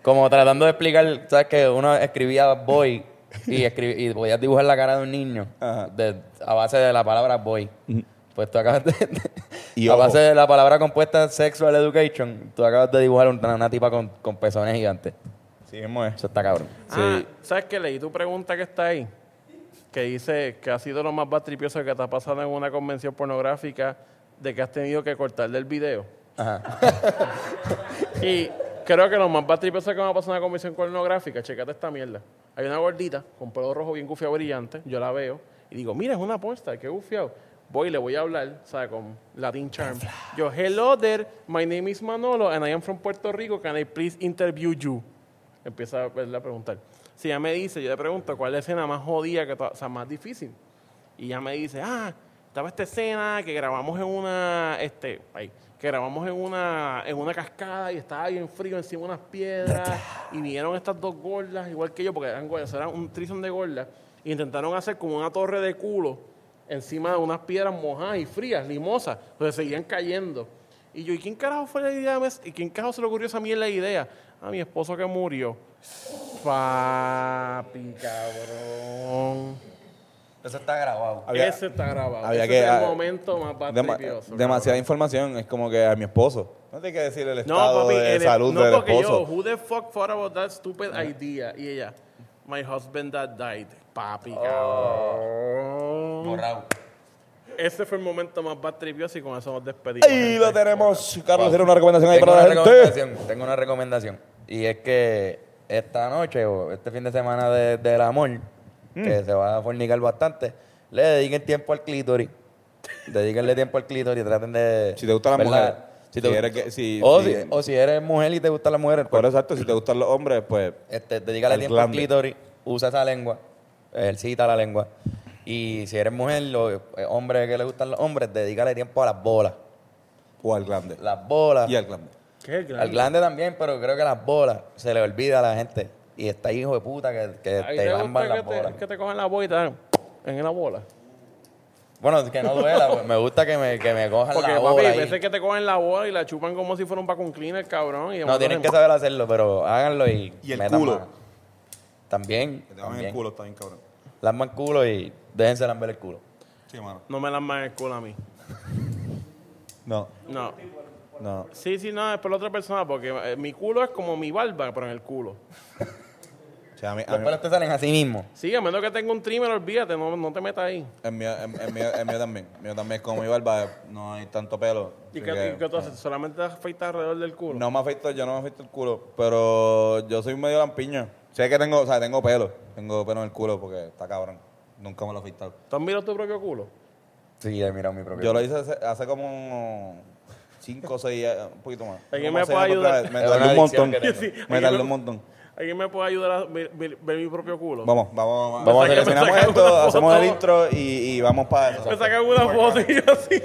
A: Como tratando de explicar, ¿sabes? Que uno escribía boy y, escribí- y podías dibujar la cara de un niño
C: Ajá.
A: de- a base de la palabra boy. Pues tú acabas de.
C: Y
A: a
C: ojo.
A: base de la palabra compuesta Sexual Education, tú acabas de dibujar una, una tipa con, con pezones gigantes.
C: Sí, mismo es.
A: Eso está cabrón.
B: Ah, ¿sabes qué? Leí tu pregunta que está ahí. Que dice que ha sido lo más batripioso que te ha pasado en una convención pornográfica de que has tenido que cortar del video. y creo que lo más batripioso que me ha pasado en una convención pornográfica, checate esta mierda. Hay una gordita con pelo rojo bien gufiado brillante, yo la veo y digo, mira, es una posta, qué gufiado. Voy y le voy a hablar, ¿sabes? Con Latin Charm. Yo, hello there, my name is Manolo and I am from Puerto Rico, can I please interview you? Empieza a verla a preguntar. Si ella me dice, yo le pregunto, ¿cuál es la escena más jodida, que tú ha- o sea, más difícil? Y ella me dice, ah, estaba esta escena que grabamos en una, este, ahí, que grabamos en una, en una cascada y estaba bien frío encima de unas piedras y vinieron estas dos gordas, igual que yo, porque eran gordas, eran un trison de gordas, y intentaron hacer como una torre de culo encima de unas piedras mojadas y frías, limosas, donde seguían cayendo. Y yo, ¿y quién carajo fue la idea? mes- ¿Y quién carajo se le ocurrió esa mierda de idea? A mi esposo que murió. Papi, cabrón.
A: Eso está grabado.
C: Había-
B: Ese está grabado.
C: había
B: Ese
C: que-
B: es el
C: ah,
B: momento más bad
C: Dema-
B: tripioso,
C: demasiada información, es como que a mi esposo. No tiene que decir el
B: cabrón.
C: estado
B: No, papi,
C: de
B: el-
C: salud
B: no
C: del
B: porque
C: esposo.
B: yo, who the fuck thought about that stupid idea? Y ella, my husband that died. Papi, cabrón.
A: Borrado.
B: Ese fue el momento más bad tripioso y con eso nos despedimos.
C: Y
B: gente.
C: lo tenemos. Carlos,
A: Wow.
C: tiene una recomendación ahí
A: tengo
C: para la
A: una
C: gente.
A: recomendación, tengo una recomendación. Y es que esta noche o este fin de semana de- del amor,
C: Mm.
A: que se va a fornicar bastante, le dediquen tiempo al clítoris. Dediquenle tiempo al clítoris y traten de.
C: Si te gustan las
A: ¿verdad?
C: mujeres.
A: Si te
C: Si
A: gu-
C: eres que- si-
A: o,
C: si-
A: si, o si eres mujer y te gustan las mujeres, pues,
C: Por exacto, si te gustan los hombres, pues.
A: este, dedícale
C: Al
A: tiempo al
C: glande.
A: clítoris, usa esa lengua, ejercita la lengua. Y si eres mujer o eh, hombre que le gustan los hombres, dedícale tiempo a las bolas.
C: O al grande.
A: Las bolas.
C: Y al grande.
B: ¿Qué es el
A: Al glande también, pero creo que las bolas se le olvida a la gente. Y está ahí, hijo de puta, que, que
B: Ahí
A: te
B: te
A: lamban
B: gusta
A: las
B: que
A: bolas.
B: te, que te cojan la bola y te dan en la bola.
A: Bueno, que no duela, pues, me gusta que me, que me cojan
B: Porque,
A: la
B: papi,
A: bola. ahí.
B: hay veces que te cogen la bola y la chupan como si fuera un vacuum cleaner, cabrón. Y
A: No, tienen que saber hacerlo, pero háganlo y.
C: Y el
A: metan
C: culo.
A: mano. También.
C: Que te daban el
A: también.
C: culo, está bien, cabrón.
A: Lamban culo y déjense lamber el culo.
C: Sí, mano.
B: No me las más el culo a mí.
C: No,
B: No.
C: no.
B: Sí, sí, no, es por la otra persona, porque eh, mi culo es como mi barba, pero en el culo.
C: O sea, a mí, a
A: Los
C: mí-
A: pelos te salen así mismo.
B: Sí, a menos que tenga un trimmer, olvídate, no, no te metas ahí.
C: el mío, el- el mío- el mío también. El mío también, como mi barba, no hay tanto pelo.
B: ¿Y
C: así
B: qué,
C: que-
B: y qué tú haces? ¿Solamente te afeitas alrededor del culo?
C: No me afecto, yo no me afecto el culo, pero yo soy medio lampiño. Sé que tengo, o sea, tengo pelo. Tengo pelo en el culo porque está cabrón. Nunca me lo he afectado.
B: ¿Tú has mirado tu propio culo?
A: Sí, he mirado mi propio.
C: Yo lo hice hace, hace como 5 o 6 un poquito más.
B: ¿Alguien
C: Como
B: me
C: seis
B: puede
C: años atrás.
B: ayudar?
C: Me
A: Es una
C: tardé un
A: adicción
C: montón.
A: que tengo.
B: Sí,
C: Me
B: alguien
C: tardé
B: me-
C: un montón.
B: ¿Alguien me puede ayudar a ver, ver- ver mi propio culo?
C: Vamos, vamos,
A: Vamos a
B: Me saqué- me
C: terminamos
B: saqué
C: esto,
B: una
C: hacemos
B: foto.
C: el intro y, y vamos para eso.
B: Me sacan una foto y yo así.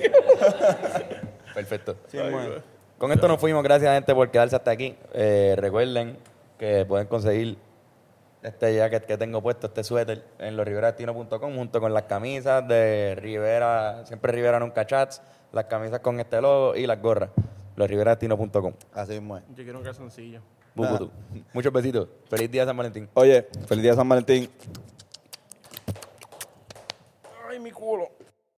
A: Perfecto.
C: Sí, man.
A: Con esto nos fuimos, gracias gente por quedarse hasta aquí. Eh, recuerden que pueden conseguir este jacket que tengo puesto, este suéter, en losriverastino.com junto con las camisas de Rivera, siempre Rivera Nunca Chats, las camisas con este logo y las gorras. losriverastino.com.
C: Así mismo es.
B: Yo quiero un calzoncillo.
A: Bucutú. Muchos besitos. Feliz día de San Valentín.
C: Oye, feliz día de San Valentín.
B: Ay, mi culo.